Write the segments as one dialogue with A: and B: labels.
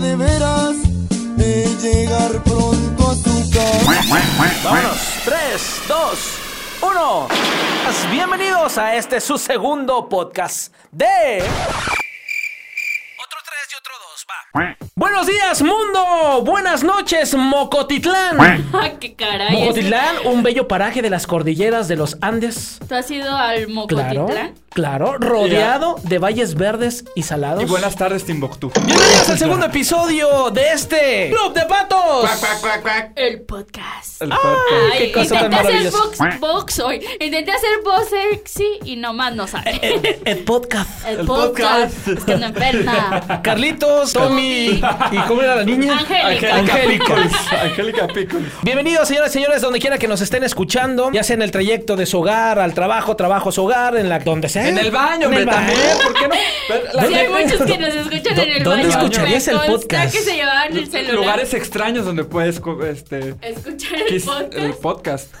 A: deberás de llegar pronto a tu casa.
B: Vámonos. 3, 2, 1. Bienvenidos a este su segundo podcast de. Otro tres y otro dos, va. Buenos días, mundo. Buenas noches, Mocotitlán.
C: Ah, qué caray.
B: Mocotitlán, un bello paraje de las cordilleras de los Andes.
C: ¿Tú has ido al
B: Claro,
C: Mocotitlán?
B: claro, rodeado de valles verdes y salados.
D: Y buenas tardes, Timbuktu.
B: Bienvenidos al segundo episodio de este Club de Patos.
C: El podcast.
D: El podcast.
C: Ay,
B: qué cosa tan
C: intenté hacer
B: maravillosa.
C: box, box hoy. Intenté hacer voz sexy y nomás no sale.
B: El podcast.
C: El,
D: el
C: podcast.
D: podcast.
C: Es que no enferma.
B: Carlitos, Tommy y cómo era la niña?
C: Angélica.
B: Angélica.
D: Pickles, Angélica Pickles.
B: Bienvenidos, señoras y señores, donde quiera que nos estén escuchando, ya sea en el trayecto de su hogar, al trabajo, trabajo, su hogar, en la donde sea.
D: En el baño,
B: En
D: hombre,
B: el baño.
D: también. ¿Por qué no? Pero la-
C: Sí, hay muchos que nos escuchan en el
B: ¿Dó- dónde
C: baño.
B: escucharías
C: Me
B: el
C: consta
B: podcast?
C: que se llevaban el celular.
D: lugares extraños donde puedes co- este
C: Escuchar el
D: quis-
C: podcast.
D: el podcast.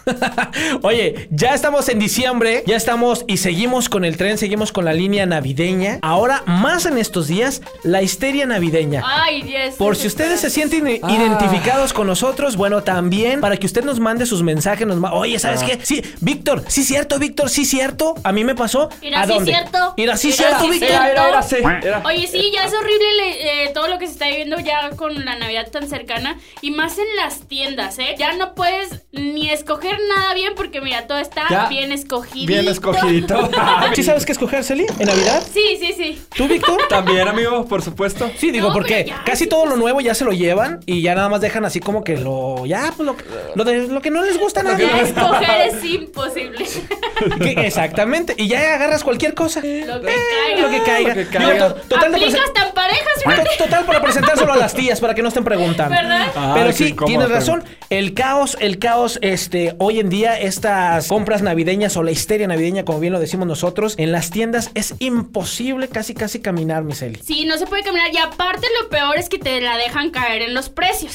B: Oye, ya estamos en diciembre, ya estamos y seguimos con el tren, seguimos con la línea navideña. Ahora, más en estos días, la histeria navideña.
C: Ay, yes.
B: Por si ustedes se sienten i- identificados con nosotros, bueno, también para que usted nos mande sus mensajes, nos ma- Oye, ¿sabes qué? Sí, Víctor, sí cierto, Víctor, sí cierto. A mí me pasó.
C: Mira,
B: ¿A
C: sí
B: dónde?
C: cierto.
B: Mira, sí
C: Mira,
B: cierto,
C: sí
B: Víctor.
D: Era, era, era, sí, era.
C: Oye, sí, ya es horrible le- eh, todo lo que se está viviendo ya con la Navidad tan cercana y más en las tiendas, ¿eh? Ya no puedes ni escoger nada bien porque mira, todo está
D: Ya.
C: bien escogido.
D: Bien escogidito.
B: ¿Sí sabes qué escoger, Celi? ¿En Navidad?
C: Sí, sí, sí.
B: ¿Tú, Víctor?
D: También, amigo, por supuesto.
B: Sí, digo,
C: No,
B: porque
C: pero ya,
B: casi
C: sí,
B: todo lo nuevo ya se lo llevan y ya nada más dejan así como que lo. Ya, pues lo, que- lo de- lo que no les gusta nada.
C: Ya escoger es imposible.
B: Exactamente. Y ya agarras cualquier cosa.
C: lo que
B: Eh,
C: caiga.
B: Lo que caiga.
D: Lo que
B: Digo,
D: caiga.
B: to- total, de presen-
C: Aplicas tan parejas, fíjate.
B: to- total para presentárselo a las tías para que no estén preguntando.
C: ¿Verdad?
D: Ah,
B: Pero
D: qué
B: sí,
D: incómodo,
B: tienes
D: pero-
B: razón. El caos, el caos, este, hoy en día, estas compras navideñas o la histeria navideña, como bien lo decimos nosotros, en las tiendas es imposible casi, casi caminar, mi Celi.
C: Sí, no se puede caminar. Y aparte, lo peor es que te la dejan caer en los precios.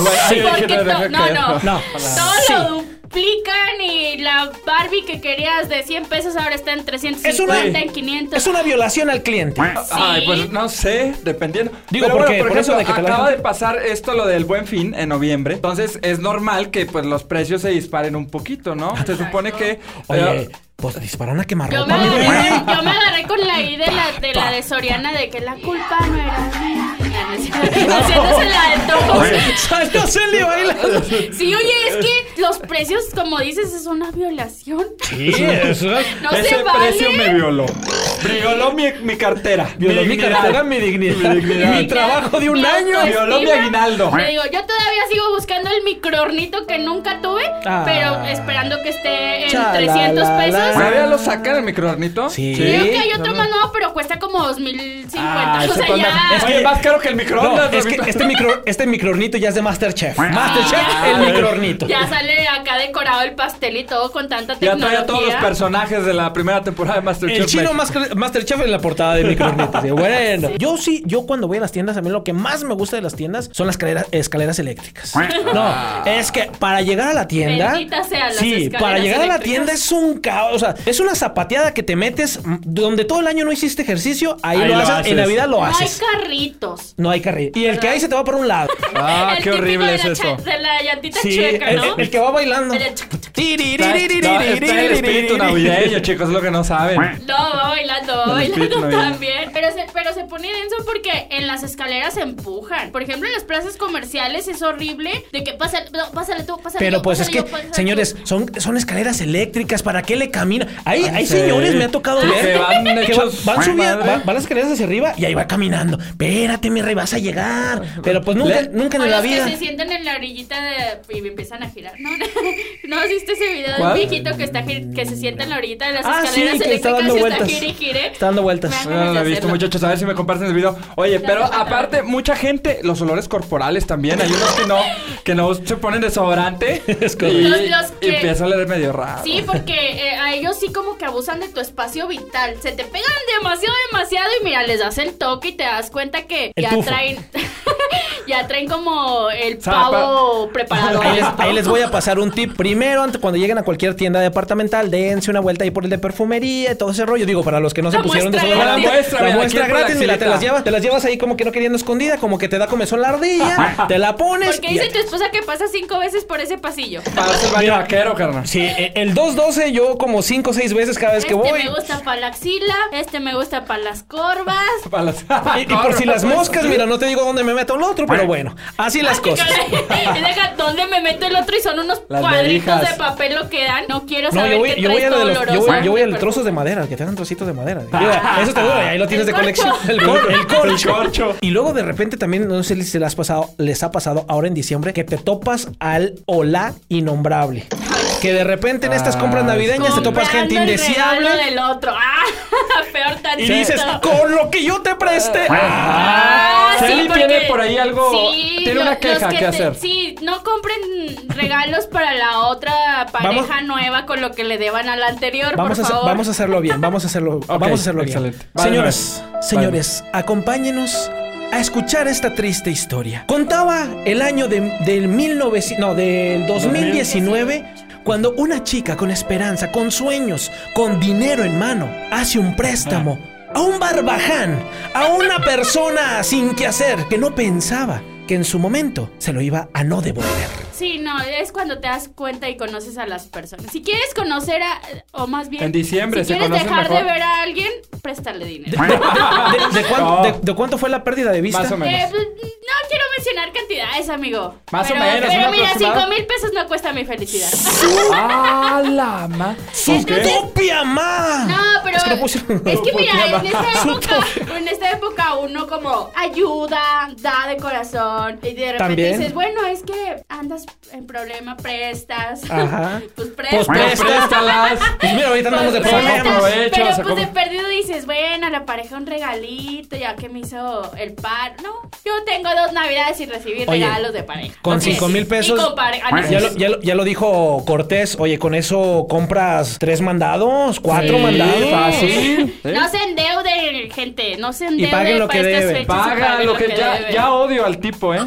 D: bueno, ahí hay
C: Porque
D: que
C: to-
D: dejar
C: no,
D: caer.
C: no,
B: No.
C: Todo
B: Sí.
C: lo duplican y la Barbie que querías de 100 pesos ahora está en 350, en 500.
B: es una violación al cliente.
D: Ay, pues no sé, dependiendo.
B: Digo,
D: Pero
B: porque por eso de que te la
D: acaba
B: dejan-
D: de pasar esto lo del Buen Fin en noviembre. Entonces, es normal que pues los precios se disparen un poquito, ¿no? Se supone que
B: Oye,
D: eh,
B: pues disparan a
C: Yo me,
B: quemarropa. mi
C: agarré,
B: güey.
C: yo me agarré con la I de la de, la de Soriana de que la culpa no era mía. Haciéndose la de todos.
B: Salió Celi bailando.
C: Sí, oye, es que los precios, como dices, es una violación. No
D: ese
C: se vale.
D: precio me violó. Violó mi, mi cartera.
B: Violó mi
D: dignidad.
B: cartera, mi dignidad.
D: Mi dignidad.
B: Mi trabajo de un
C: Mi
B: año.
C: autoestima.
D: Violó mi aguinaldo.
C: Le digo, yo todavía sigo buscando el microornito que nunca tuve,
B: Ah.
C: pero esperando que esté en
B: Cha, la,
C: 300
B: la, la.
C: pesos.
D: ¿Sabía lo sacan el microornito?
B: Sí.
C: Creo que
B: Sí,
C: hay otro más nuevo, pero cuesta como 2050.
D: Ah,
C: o
D: ese
C: sea,
D: pendejo.
C: ya.
D: Oye, más caro que el
B: No,
D: microondas.
B: es que
D: Lupita.
B: este micro, este microornito ya es de Masterchef. Masterchef,
C: Ah.
B: el microornito.
C: Ya sale acá decorado el pastel y todo con tanta
D: Ya
C: tecnología.
D: trae a todos los personajes de la primera temporada de Masterchef.
B: El chino
D: México.
B: Master- Masterchef en la portada de Microornitas. Sí, Bueno, yo sí, yo cuando voy a las tiendas, a mí lo que más me gusta de las tiendas son las escaleras, escaleras eléctricas. No, es que para llegar a la tienda.
C: Bendita sea las
B: sí,
C: escaleras
B: para llegar a la
C: eléctricas.
B: tienda es un caos. O sea, es una zapateada que te metes mm, donde todo el año no hiciste ejercicio, ahí,
D: Ahí
B: lo,
D: lo
B: haces,
D: haces.
B: en Navidad lo
C: No hay
B: haces.
C: carritos.
B: No hay carril. Y el que hay se te va por un lado.
D: Ah,
C: El
D: qué
C: típico
D: horrible
C: de
D: es
C: la
D: eso.
C: cha- De la llantita
B: Sí,
C: chueca,
B: el,
C: ¿no?
B: el que va bailando.
C: El de chuc, chuc.
D: Está, está- está el espíritu navideño, chicos, es lo que no saben.
C: No, va bailando, va
D: El
C: bailando
D: espíritu navideño.
C: también. Pero se, pero se pone denso porque en las escaleras se empujan. Por ejemplo, en las plazas comerciales es horrible de que pásale, no, pásale tú, pásale
B: Pero
C: yo,
B: pues es
C: pásale
B: que,
C: yo, pásale tú.
B: señores, son, son escaleras eléctricas, ¿para qué le camina? Hay, hay
D: Sí.
B: señores, me ha tocado
D: Sí,
B: ver.
D: que van
B: que
D: hechos
B: van, van subiendo,
D: madre.
B: van, van las escaleras hacia arriba y ahí va caminando. Espérate, mi rey, vas a llegar. Pero pues nunca,
D: Le-
B: nunca
C: O
B: en la
C: los
B: vida.
C: que se sientan en la orillita de- y me empiezan a girar. No, no, viste ese video
D: ¿Cuál?
C: de un viejito que, está, gi- que se sienta en la orillita de las
B: Ah, sí,
C: escaleras
B: que está
C: eléctricas
B: dando
C: y
B: vueltas.
C: gire y gire?
B: Está dando vueltas.
C: Me
D: No, no lo Ah, he visto,
C: Hacerlo.
D: muchachos. A ver si me comparten el video. Oye, pero
C: no, no, no.
D: aparte, mucha gente, los olores corporales también. Hay unos que no, que no se ponen desodorante.
B: Es
D: y,
B: correcto.
C: Los- los que-
D: y empieza a oler medio raro.
C: Sí, porque eh, a ellos sí como que abusan de tu espacio vital. Se te pegan demasiado, demasiado y mira, les das el toque y te das cuenta que
B: El
C: ya
B: tufo.
C: traen... ya traen como el pavo preparado.
B: Ahí les, ahí les voy a pasar un tip. Primero, ante- cuando lleguen a cualquier tienda departamental, dense una vuelta ahí por el de perfumería y todo ese rollo. Digo, para los que no se
C: La
B: pusieron de
C: muestra
B: solo
C: gratis.
B: la muestra,
D: La
B: la
D: muestra
B: muestra
D: gratis,
B: gratis, mira, te
D: Maximita.
B: las llevas, te las llevas ahí como que no queriendo escondida, como que te da comezón la ardilla, te la pones.
C: Porque
B: y
C: dice
B: ya.
C: tu esposa que pasa cinco veces por ese pasillo.
D: Parece baño vaquero, carnal.
B: Sí, eh, el 212 yo como 5 o 6 veces cada vez
C: Este
B: que voy.
C: me gusta para la axila, este me gusta para las corvas.
D: Para las-
B: Y, y por si
C: pues,
B: las moscas, mira, no te digo dónde me meto el otro, pero bueno, así las cosas.
C: Y deja, ¿Dónde me meto el otro? Y son unos
D: Las
C: cuadritos
D: verijas.
C: de papel lo que dan. No quiero
B: No,
C: saber
B: yo voy,
C: qué
B: yo voy
C: traes
B: a lo de los- yo voy-
C: oloroso. Ah.
B: yo voy al trozos de madera, que te hagan trocitos de madera. Mira, eso te dura, y ahí lo tienes
C: El
B: de colección.
C: corcho.
B: El, cor- el corcho.
D: El corcho.
B: Y luego de repente también, no sé si se les, has pasado, les ha pasado ahora en diciembre, que te topas al hola innombrable. Que de repente en estas compras navideñas te topas gente
C: Comprando el
B: indeseable.
C: regalo del otro. Ah, peor
B: Y
C: tantito.
B: dices, con lo que yo te presté.
C: Ah,
D: Celi
C: porque-
D: tiene por ahí algo-
C: Sí,
D: tiene una
C: los
D: queja que
C: te-
D: hacer.
C: sí, no compren regalos para la otra pareja
B: Vamos-
C: nueva con lo que le deban a la anterior,
B: Vamos a,
C: por
B: hacer-
C: favor.
B: vamos a hacerlo bien, vamos a hacerlo, vamos a hacerlo
D: excelente.
B: bien.
D: Vale,
B: Señoras,
D: vale.
B: señores, acompáñenos a escuchar esta triste historia. Contaba el año de, del 1900 no, del 2019 cuando una chica con esperanza, con sueños, con dinero en mano, hace un préstamo a un barbaján, a una persona sin que hacer que no pensaba que en su momento se lo iba a no devolver.
C: Sí, no, es cuando te das cuenta y conoces a las personas. Si quieres conocer a, o más bien,
D: En diciembre
C: si
D: se
C: quieres
D: conocen
C: dejar
D: mejor.
C: de ver a alguien, préstale dinero.
B: ¿De, de cuánto,
D: Ah. No.
B: de- de cuánto fue la pérdida de vista?
D: Más o
C: Eh,
D: menos.
C: pues, no quiero mencionar cantidades, amigo.
D: Más o
C: pero,
D: menos,
C: Pero
D: un
C: mira,
D: aproximado.
C: cinco mil pesos no cuesta mi felicidad. pues,
D: ¡Ah, la ma!
B: ¡Su
D: ¿Qué?
B: propia ma!
C: No, pero.
B: Es que no puse-
C: es que
D: no
C: mira,
D: podía
C: en esta
B: más.
C: época, en esta época uno como ayuda, da de corazón. Y de repente
B: También.
C: dices, bueno, es que andas en problema, prestas.
B: Ajá.
C: pues prestas.
B: Pues presta.
D: préstalas!
B: Pues mira, ahorita andamos de
C: Pues,
D: saca
B: problemas.
C: prestas,
D: provecho,
C: pero
D: saca-
C: pues de perdido dices, bueno, la pareja un regalito, ya que me hizo el par. No, yo tengo dos navidades sin recibir
B: Oye,
C: regalos de pareja.
B: con
C: No tienes-
B: cinco mil pesos-
C: Y con pareja. Ah, no,
B: Ya
C: sí,
B: lo,
C: sí.
B: ya, lo, ya lo dijo Cortés, oye, con eso compras tres mandados, cuatro
C: Sí,
B: mandados.
D: fácil. ¿Sí?
C: No se endeuden, gente. No se endeuden.
B: paguen lo
C: para
B: que
C: estas
B: deben.
C: fechas y
D: Paga
C: paguen
D: lo que ya,
C: deben.
D: ya odio al tipo, ¿eh?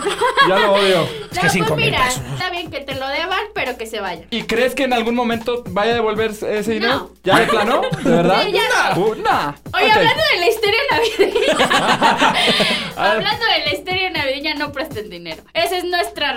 D: Ya lo odio.
B: que
C: No,
B: cinco
C: pues
B: mil
C: mira,
B: pesos.
C: está bien que te lo deban, pero que se vayan.
D: ¿Y crees que en algún momento vaya a devolver ese
C: No.
D: dinero? ¿Ya de plano? ¿De verdad?
C: Sí, ya no.
D: Uh, nah.
C: Oye,
D: Ok.
C: hablando de la historia navideña.
D: A ver.
C: hablando de la historia navideña, no presten dinero. Esa es nuestra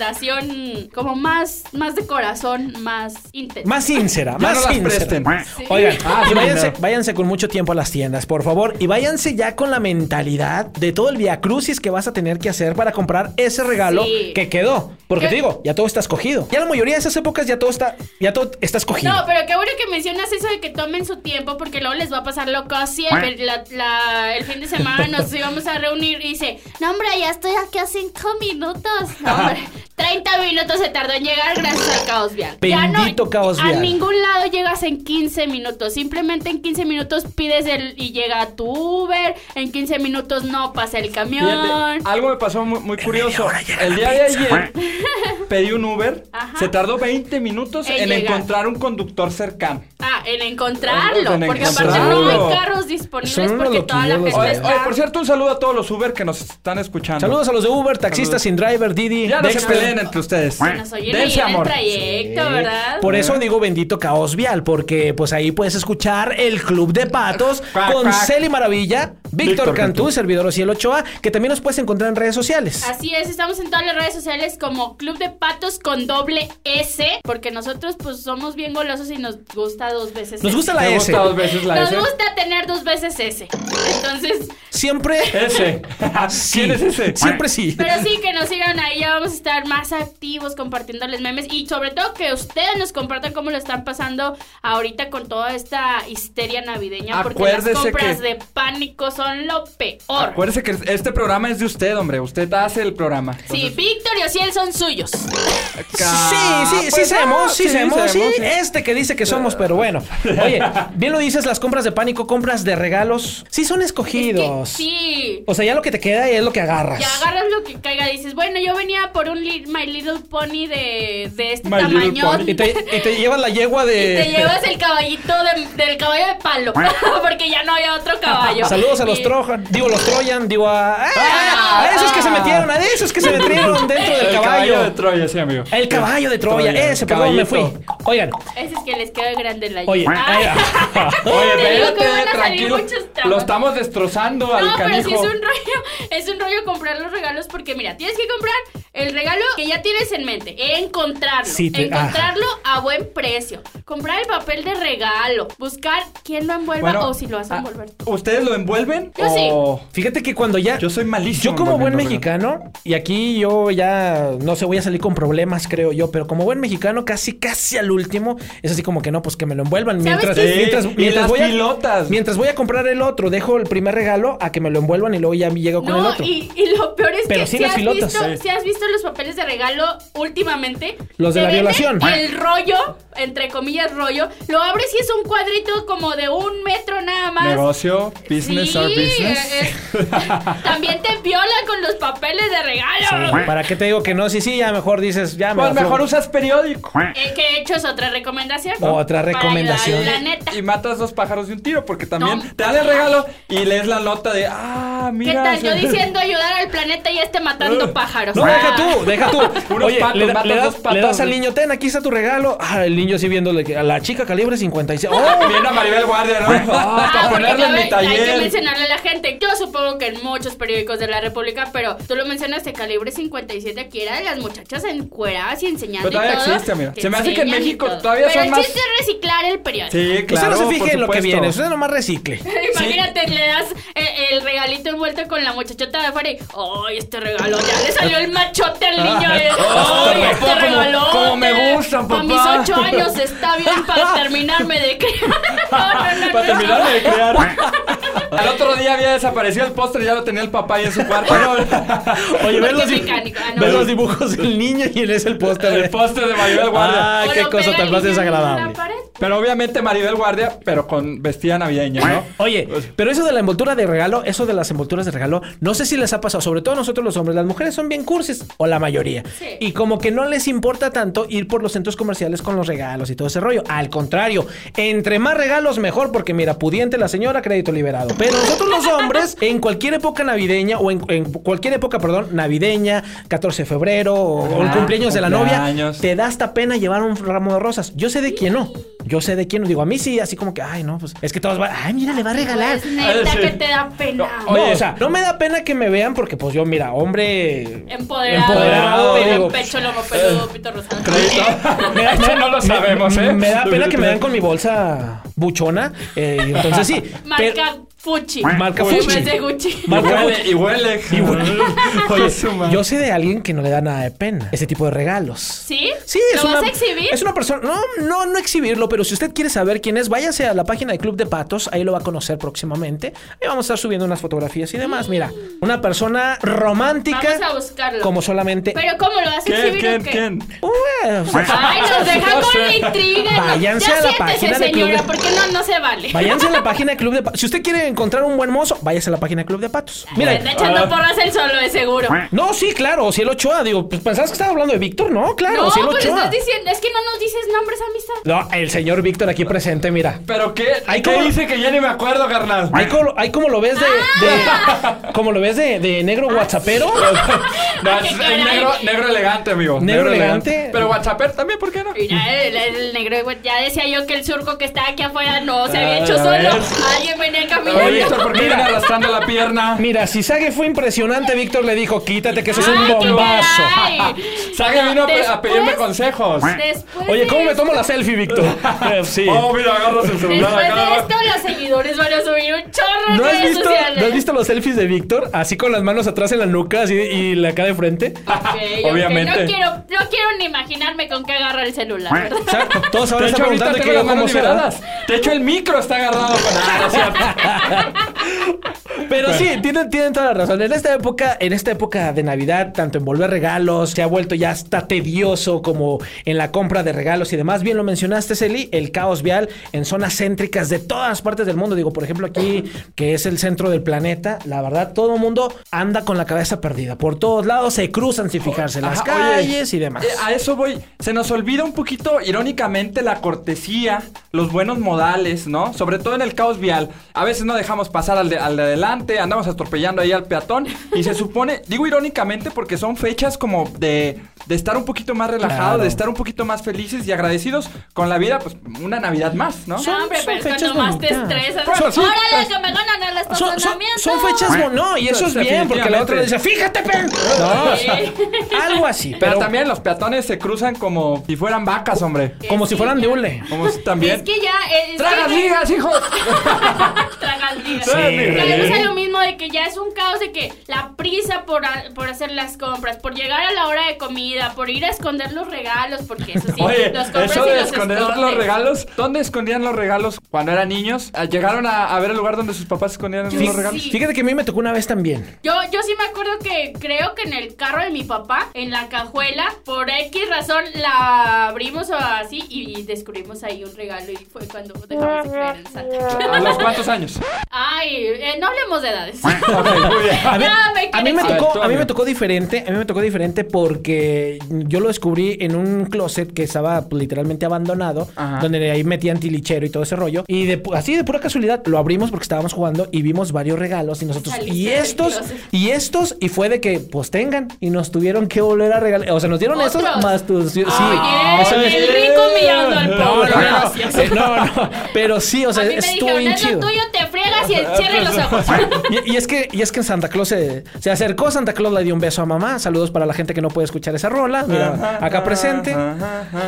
C: recomendación, como más, más de corazón, más intensa.
B: Más sincera,
D: Ya
B: más
D: no las
B: sincera.
D: presten.
C: Sí.
B: Oigan,
D: Ah,
B: y
D: sí,
B: váyanse,
D: claro.
B: váyanse con mucho tiempo a las tiendas, por favor. Y váyanse ya con la mentalidad de todo el viacrucis que vas a tener que hacer para comprar ese regalo
C: Sí.
B: que quedó. Porque
C: ¿Qué?
B: te digo, ya todo está escogido. Ya la mayoría de esas épocas ya todo está, ya todo está escogido.
C: No, pero qué bueno que mencionas eso de que tomen su tiempo porque luego les va a pasar loco siempre. La- la- el fin de semana nos íbamos a reunir y dice, no hombre, ya estoy aquí a cinco minutos. No, hombre, 30 minutos se tardó en llegar gracias al caos vial. ya
B: Bendito
C: no,
B: caos
C: A
B: vial.
C: ningún lado llegas en 15 minutos. Simplemente en 15 minutos pides el y llega tu Uber. En 15 minutos no pasa el camión.
D: Fíjate, algo me pasó muy, muy curioso.
B: hora llega
D: El día de ayer pedí un Uber.
C: Ajá.
D: Se tardó 20 minutos
C: En
D: en
C: llegar.
D: encontrar un conductor cercano.
C: Ah, en encontrarlo.
D: En
C: porque aparte no
D: encontrarlo.
C: hay carros disponibles
B: Son unos
C: porque toda la
B: loquillos los
C: gente
B: Pues,
D: Oye,
C: está...
D: oye, por cierto, un saludo a todos los Uber que nos están escuchando.
B: Saludos a los de Uber, taxistas, sin driver, Didi,
D: Ya no se
B: Dexter.
D: peleen entre ustedes.
C: Que nos oyen ahí en el trayecto, ¿verdad?
B: Por eso digo bendito caos vial, porque pues ahí puedes escuchar el Club de Patos
D: Cuac,
B: con
D: cuac.
B: Celi Maravilla, Víctor
D: Víctor Cantú.
B: Cantú, servidor Ociel Ochoa, que también nos puedes encontrar en redes sociales.
C: Así es, estamos en todas las redes sociales como Club de Patos con doble S, porque nosotros pues somos bien golosos y nos gusta dos veces
B: Nos
C: S.
B: gusta la ¿eh?
D: Me
B: S.
D: gusta dos veces la
C: Nos
D: S.
C: gusta tener dos veces S. Entonces,
B: Siempre
D: Ese.
B: sí.
D: ¿Quién es ese?
B: Siempre sí.
C: pero sí que nos sigan ahí, ya vamos a estar más activos compartiéndoles memes y sobre todo que ustedes nos compartan cómo lo están pasando ahorita con toda esta histeria navideña, porque las
D: Acuérdese
C: compras
D: que-
C: de pánico son lo peor.
D: Acuérdese que este programa es de usted, hombre. Usted hace el programa.
C: Sí, Víctor y Ociel son suyos.
B: Sí, sí, sí,
D: Pues,
B: sabemos,
D: ah,
B: sí,
D: sí,
B: sabemos, sí.
D: sabemos, sí.
B: Este que dice que somos, pero bueno. Oye, bien lo dices, las compras de pánico, compras de regalos sí son escogidos.
C: Es que sí.
B: O sea, ya lo que te queda es lo que agarras.
C: Ya agarras lo que caiga. Dices, bueno, yo venía por un li- My Little Pony de, de este
D: My Little
C: tamaño.
D: Pony.
B: Y te, y te llevas la yegua de.
C: Y te llevas el caballito de- del caballo de palo. porque ya no había otro caballo.
B: Saludos a los
C: Y-
B: Trojan. Digo, los Troyan. Digo, a. ¡Ah!
C: Ah.
B: a esos que se metieron, a esos que se metieron dentro del
D: El caballo.
B: caballo.
D: de Troya, sí, amigo.
B: El caballo de Troya.
D: Troya,
B: Ese, perdón, me fui.
D: caballito.
B: Oigan,
C: Ese es que les queda grande la Ah,
B: oye.
C: yema.
B: ahí va.
D: Oye,
C: Te digo que van
D: espérate,
C: a salir
D: tranquilo.
C: muchos traumas.
D: Lo estamos destrozando al
C: No, pero
D: canijo.
C: sí es un rollo, es un rollo comprar los regalos porque mira, tienes que comprar el regalo que ya tienes en mente, encontrarlo,
B: Sí, te-
C: encontrarlo a buen precio, comprar el papel de regalo, buscar quién lo envuelva
D: Bueno,
C: o si lo vas a envolver.
D: ah, ¿Ustedes lo envuelven?
C: Yo sí.
D: o...
B: Fíjate que cuando ya.
D: Yo soy malísimo.
B: Yo como buen
D: envolviendo regalos.
B: mexicano, y aquí yo ya no sé, voy a salir con problemas, creo yo, pero como buen mexicano, casi, casi al último, es así como que no, pues que me lo envuelvan.
C: ¿Sabes
B: Mientras,
C: qué?
D: Sí,
B: mientras,
D: y
B: mientras
D: las
B: voy a,
D: pilotas.
B: mientras voy a comprar el otro, dejo el primer regalo a que me lo envuelvan y luego ya llego con el
C: No,
B: otro.
C: y, y lo peor es
B: Pero
C: que
B: sí
C: si,
B: las
C: has
B: pilotas,
C: visto,
B: sí.
C: si has visto los papeles de regalo últimamente,
B: Los de
C: te
B: la
C: venden
B: violación.
C: El rollo, entre comillas rollo, lo abres y es un cuadrito como de un metro nada más.
D: Negocio, business
C: Sí,
D: or business.
C: eh, eh, también te violan con los papeles de regalo.
B: Sí, ¿Para qué te digo que no? Sí, sí, ya mejor dices, ya me
D: Pues
B: la
D: mejor
B: aflojo.
D: usas periódico.
C: Eh, que he hecho es otra recomendación.
B: Otra
C: Para
B: recomendación.
C: ayudar, la neta.
D: Y matas dos pájaros de un tiro, porque también
C: No.
D: te dan el regalo y lees la nota de, ah,
C: ¿Qué
D: mira.
C: tal? Yo
D: se-
C: diciendo ayudar al planeta y este matando pájaros.
B: No,
C: Ah.
B: deja tú, deja tú.
D: Unos
B: Oye,
D: patos,
B: le, da-
D: matas
B: le das,
D: dos patos,
B: le das al
D: güey.
B: niño, ten, aquí está tu regalo. Ah, el niño sí viéndole que- a la chica calibre 56. ¡Oh!
D: Viene a Maribel Guardia, ¿no? Ah,
C: Ah,
D: para
C: porque
D: ponerle en
C: cabe-
D: mi
C: Hay que
D: taller.
C: mencionarle a la gente. Yo supongo que en muchos periódicos de la República, pero tú lo mencionaste, Calibre 57, aquí era de las muchachas encueradas y enseñando
D: Pero todavía
C: y todo.
D: existe, amiga.
C: que
D: Se me hace que en
C: enseñan y
D: México
C: todo.
D: todavía
C: Pero
D: son más-
C: el chiste es reciclar el periódico.
D: Sí, claro.
B: usted no
D: por
B: se fije en lo que
D: supuesto.
B: viene, usted nomás recicle.
C: Imagínate, le das eh, el regalito envuelto con la muchachota de afuera y ¡ay, este regalo! Ya le salió el machote al niño.
D: Ah,
C: eh. ¡Ay,
D: Papá,
C: este
D: como-
C: regalo!
D: como me gusta,
C: Para
D: papá.
C: mis ocho años está bien para terminarme de criar. No, no, no,
D: Para
C: no.
D: terminar de crear. Al otro día había desaparecido el postre y ya lo tenía el papá ahí en su cuarto. ¿no?
B: Oye,
C: Porque
B: ves los, di-
C: mecánico. Ah, no.
B: ves los dibujos del niño y él es el póster
D: El
B: de
D: postre de
B: Ah.
D: Maribel Guardia.
B: Ay,
C: O
B: qué
C: lo
B: cosa
C: pega
B: tan
C: el
B: más
C: niño en
B: desagradable.
C: la pared.
D: Pero obviamente Maribel Guardia, pero con vestida navideña, ¿no?
B: Oye,
D: Pues,
B: pero eso de la envoltura de regalo, eso de las envolturas de regalo, no sé si les ha pasado, sobre todo a nosotros los hombres, las mujeres son bien cursis, o la mayoría.
C: Sí.
B: Y como que no les importa tanto ir por los centros comerciales con los regalos y todo ese rollo. Al contrario, entre más regalos mejor, porque mira, pudiente la señora, crédito liberado. Pero nosotros los hombres, en cualquier época navideña, o en, en cualquier época, perdón, navideña, 14 de febrero, o, o el
D: Ah,
B: cumpleaños de la novia,
D: cumpleaños.
B: te da hasta pena llevar un ramo de rosas. Yo sé de quién no. Yo sé de quién no. Digo, a mí sí, así como que, ay, no, pues es que todos van, ay, mira, le va a regalar.
C: Pues neta
D: Sí.
C: que te da pena.
B: No,
D: Oye.
B: o sea, no me da pena que me vean porque, pues yo, mira, hombre.
C: Empoderado.
B: Empoderado,
C: Empoderado.
B: digo,
C: pecho, lomo peludo, pito rosado.
D: Crédito. no lo
B: me-
D: sabemos, ¿eh?
B: Me da pena que me vean con mi bolsa buchona. eh, y entonces sí.
C: Marca Fuchi.
B: Marca
C: En
B: Fuchi.
C: vez de Gucci.
D: Y
B: Marca
D: huele, y huele.
B: Y huele.
D: Oye,
B: pero yo sé de alguien que no le da nada de pena ese tipo de regalos.
C: ¿Sí?
B: Sí, es
C: ¿Lo
B: una,
C: vas a exhibir?
B: Es una persona. No, no, no exhibirlo, pero si usted quiere saber quién es, váyase a la página de Club de Patos. Ahí lo va a conocer próximamente. Ahí vamos a estar subiendo unas fotografías y demás. Mira, una persona romántica.
C: Vamos a buscarlo.
B: Como solamente.
C: ¿Pero cómo lo vas a
D: ¿Quién,
C: exhibir
D: quién,
C: o qué?
D: quién?
B: Pues,
C: Ay, nos deja con la intriga. ¿no?
B: Váyanse
C: Ya
B: a la
C: siéntese,
B: página de
C: señora,
B: clubes.
C: porque no, no se vale.
B: váyanse a la página de Club de Patos. Si usted quiere encontrar un buen mozo, váyase a la página de Club de Patos.
C: Mira,
B: Mira.
C: echando porras el solo, de seguro.
B: No, sí, claro, si el Ochoa, digo, pues pensabas que estaba hablando de Víctor, no, claro,
C: no,
B: si el
C: pues
B: Ochoa.
C: estás diciendo, es que no nos dices nombres, amistad.
B: No, el señor Víctor aquí presente, mira.
D: ¿Pero qué?
B: Ay,
D: ¿Qué
B: ¿cómo?
D: dice que ya ni me acuerdo, carnal?
B: Ahí como, ahí como lo ves de,
D: Ah.
B: de- como lo ves de, de negro whatsappero.
D: No,
C: Ay,
D: es
C: caray.
D: negro, negro elegante, amigo.
B: Negro elegante.
D: Pero WhatsApp también, ¿por qué no?
C: Mira, el, el negro, güey, ya decía yo que el surco que está aquí afuera no se había
D: Ah,
C: hecho
D: ya
C: solo.
D: ves.
C: Alguien venía
D: Oye,
C: caminando.
D: Víctor, ¿por qué viene arrastrando la pierna?
B: Mira, si Sage fue impresionante, Víctor le dijo, quítate que eso es un
C: Ay, Ah, qué
B: bombazo.
C: caray.
D: Sague vino a, pe- a pedirme
C: Después-
D: consejos.
C: Después
B: Oye, ¿cómo
C: de
B: me
C: esto-
B: tomo la selfie, Víctor? Eh, Sí.
D: Oh, mira, agarras el celular
C: Después de
D: acá.
C: esto, los seguidores van a subir un chorro en
B: ¿No has,
C: redes
B: visto,
C: sociales.
B: ¿No has visto los selfies de Víctor? Así con las manos atrás en la nuca así, y la cara de frente.
C: Ok, ok,
D: Obviamente.
C: No quiero, no quiero ni imaginarme con qué agarra el celular, ¿verdad?
B: O sea, todos ahora
D: De
B: están
D: hecho, ahorita
B: preguntando
D: tengo
B: que
D: las
B: cómo
D: manos
B: será.
D: liberadas. De hecho, el micro está agarrado con... Ah, no es cierto.
B: Pero sí, tienen, tienen toda la razón. En esta época, en esta época de Navidad, tanto envolver regalos, se ha vuelto ya hasta tedioso como en la compra de regalos y demás. Bien lo mencionaste, Celi, el caos vial en zonas céntricas de todas partes del mundo. Digo, por ejemplo, aquí, que es el centro del planeta, la verdad, todo el mundo anda con la cabeza perdida. Por todos lados se cruzan sin fijarse las
D: Ajá, oye,
B: calles y demás.
D: eh, a eso voy. Se nos olvida un poquito, irónicamente, la cortesía, los buenos modales, ¿no? Sobre todo en el caos vial. A veces no dejamos pasar al de, al de adelante, andamos atropellando ahí al peatón. Y se supone, digo irónicamente, porque son fechas como de, de estar un poquito más relajados,
B: Claro.
D: de estar un poquito más felices y agradecidos con la vida, pues una Navidad más, ¿no?
C: No, hombre,
B: son
C: pero
B: fechas
C: cuanto más te
B: bonitas.
C: estresas,
B: Son- son-
C: órale, que me ganan el
B: Son, son-
C: estacionamiento.
B: son fechas, bo- no, y eso es bien, porque la otra le dice, fíjate, pen. No, algo así,
D: Pero,
B: pero,
D: Ah, también los peatones se cruzan como si fueran vacas, hombre.
B: como si fueran de hule.
D: Como si también.
C: Es que ya. eh, Es
D: ¡Tragas
C: que-
D: ligas, hijos!
C: Tragas ligas.
B: Sí.
C: Volvemos a lo mismo de que ya es un caos de que la prisa por, a- por hacer las compras, por llegar a la hora de comida, por ir a esconder los regalos, porque eso sí,
D: Oye,
C: los compras
D: eso
C: y
D: de
C: los
D: esconder
C: escondes.
D: los regalos. ¿Dónde escondían los regalos cuando eran niños? Ah, ¿Llegaron a, a ver el lugar donde sus papás escondían
C: Yo
D: los regalos?
C: sí.
B: Fíjate que a mí me tocó una vez también.
C: Yo, yo sí me acuerdo que creo que en el carro de mi papá, en la cajuela, por X razón la abrimos o así y descubrimos ahí un regalo y fue cuando dejamos de creer en Santa.
D: ¿A los cuántos años?
C: Ay, eh, no hablemos de edades.
D: Ok, muy bien.
B: A, ver,
C: Ah, Ya me
B: a mí me
C: quieres-
D: A ver,
B: tocó,
D: tú,
B: a mí me
D: amigo.
B: tocó diferente, a mí me tocó diferente porque yo lo descubrí en un closet que estaba pues, literalmente abandonado,
D: Ajá.
B: donde ahí metían tilichero y todo ese rollo y de pu- así de pura casualidad lo abrimos porque estábamos jugando y vimos varios regalos y nosotros
C: Saliste
B: y
C: del
B: estos
C: closet.
B: y estos y fue de que pues tengan y nos tuvieron que volver a regalar, o sea, nos dieron esos
C: ¿Otros?
B: más tus sí,
C: Ay,
B: eso es-
C: el rico humillando al pobre,
B: No, no, no.
C: gracias.
B: No, no, pero sí, o sea,
C: a mí me
B: estuvo
C: dijeron,
B: bien
C: es lo
B: chido.
C: tuyo, te friegas y cierre los ojos.
B: Y, y es que, y es que en Santa Claus se, se acercó, Santa Claus le dio un beso a mamá. Saludos para la gente que no puede escuchar esa rola. Mira, acá presente.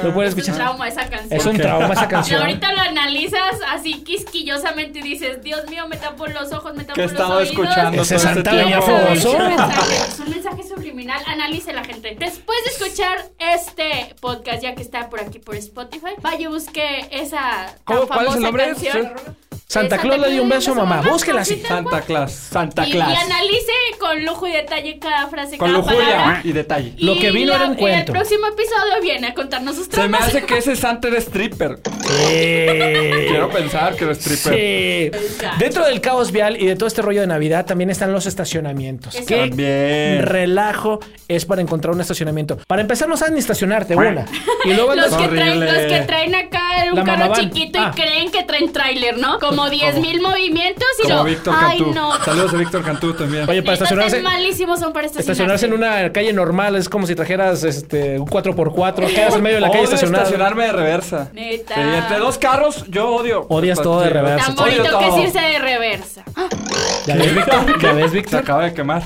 B: Lo puede
C: Es un
B: escuchar.
C: trauma esa canción.
B: Es un trauma esa
C: Y
B: canción.
C: ahorita lo analizas así quisquillosamente y dices, Dios mío, me tapo los ojos, me tapo
D: ¿Qué he
C: los
D: estado
C: oídos.
D: escuchando
B: Ese
D: todo
B: Santa
D: este
B: Doña
D: tiempo?
C: Es
B: Foso.
C: un mensaje, es un mensaje subliminal. Analice la gente. Después de escuchar este podcast, ya que está por aquí por Spotify, vaya y busque esa tan
D: ¿Cómo? ¿Cuál es el
C: famosa
D: nombre?
C: canción.
D: Sí.
B: Santa
C: Eh,
B: Claus le dio un beso a mamá. Búsquela
C: así
B: así.
C: tal
D: Santa
C: cual.
D: Claus, Santa
C: Y, y
D: Claus.
C: analice con lujo y detalle cada frase,
D: Con
C: cada
D: lujuria
C: palabra.
D: y detalle.
B: Lo que vino era un
C: y
B: cuento.
C: El próximo episodio viene a contarnos sus
D: Se me
C: tramas.
D: hace que ese Santa era stripper. Quiero pensar que era stripper.
B: Sí. Dentro del caos vial y de todo este rollo de Navidad también están los estacionamientos.
C: Eso.
B: Qué
D: También.
B: relajo es para encontrar un estacionamiento. Para empezar, no sabes ni estacionarte una. Y luego
C: Los
B: andas-
C: que, traen,
D: horrible.
C: los que traen acá un
B: La
C: carro
B: mamaban.
C: chiquito
B: Ah.
C: y creen que traen tráiler, ¿no? Como 10.000 movimientos y
D: Como
C: lo...
D: Víctor
C: Ay,
D: Cantú.
C: no.
D: Saludos a Víctor Cantú también.
B: Oye, para
C: Estos
B: estacionarse.
C: tan malísimos son para estacionarse.
B: Estacionarse en una calle normal es como si trajeras este un 4x4, quedas en medio de la calle
D: Odio
B: estacionada.
D: estacionarme de reversa.
C: Neta.
D: Sí, entre dos carros, yo odio.
B: Odias todo de reversa.
C: Tan
D: Odio
C: bonito que es
D: todo.
C: irse de reversa.
B: ¿Ya ves, Víctor? ¿Ya ves,
D: Se
B: Víctor?
D: acaba de quemar.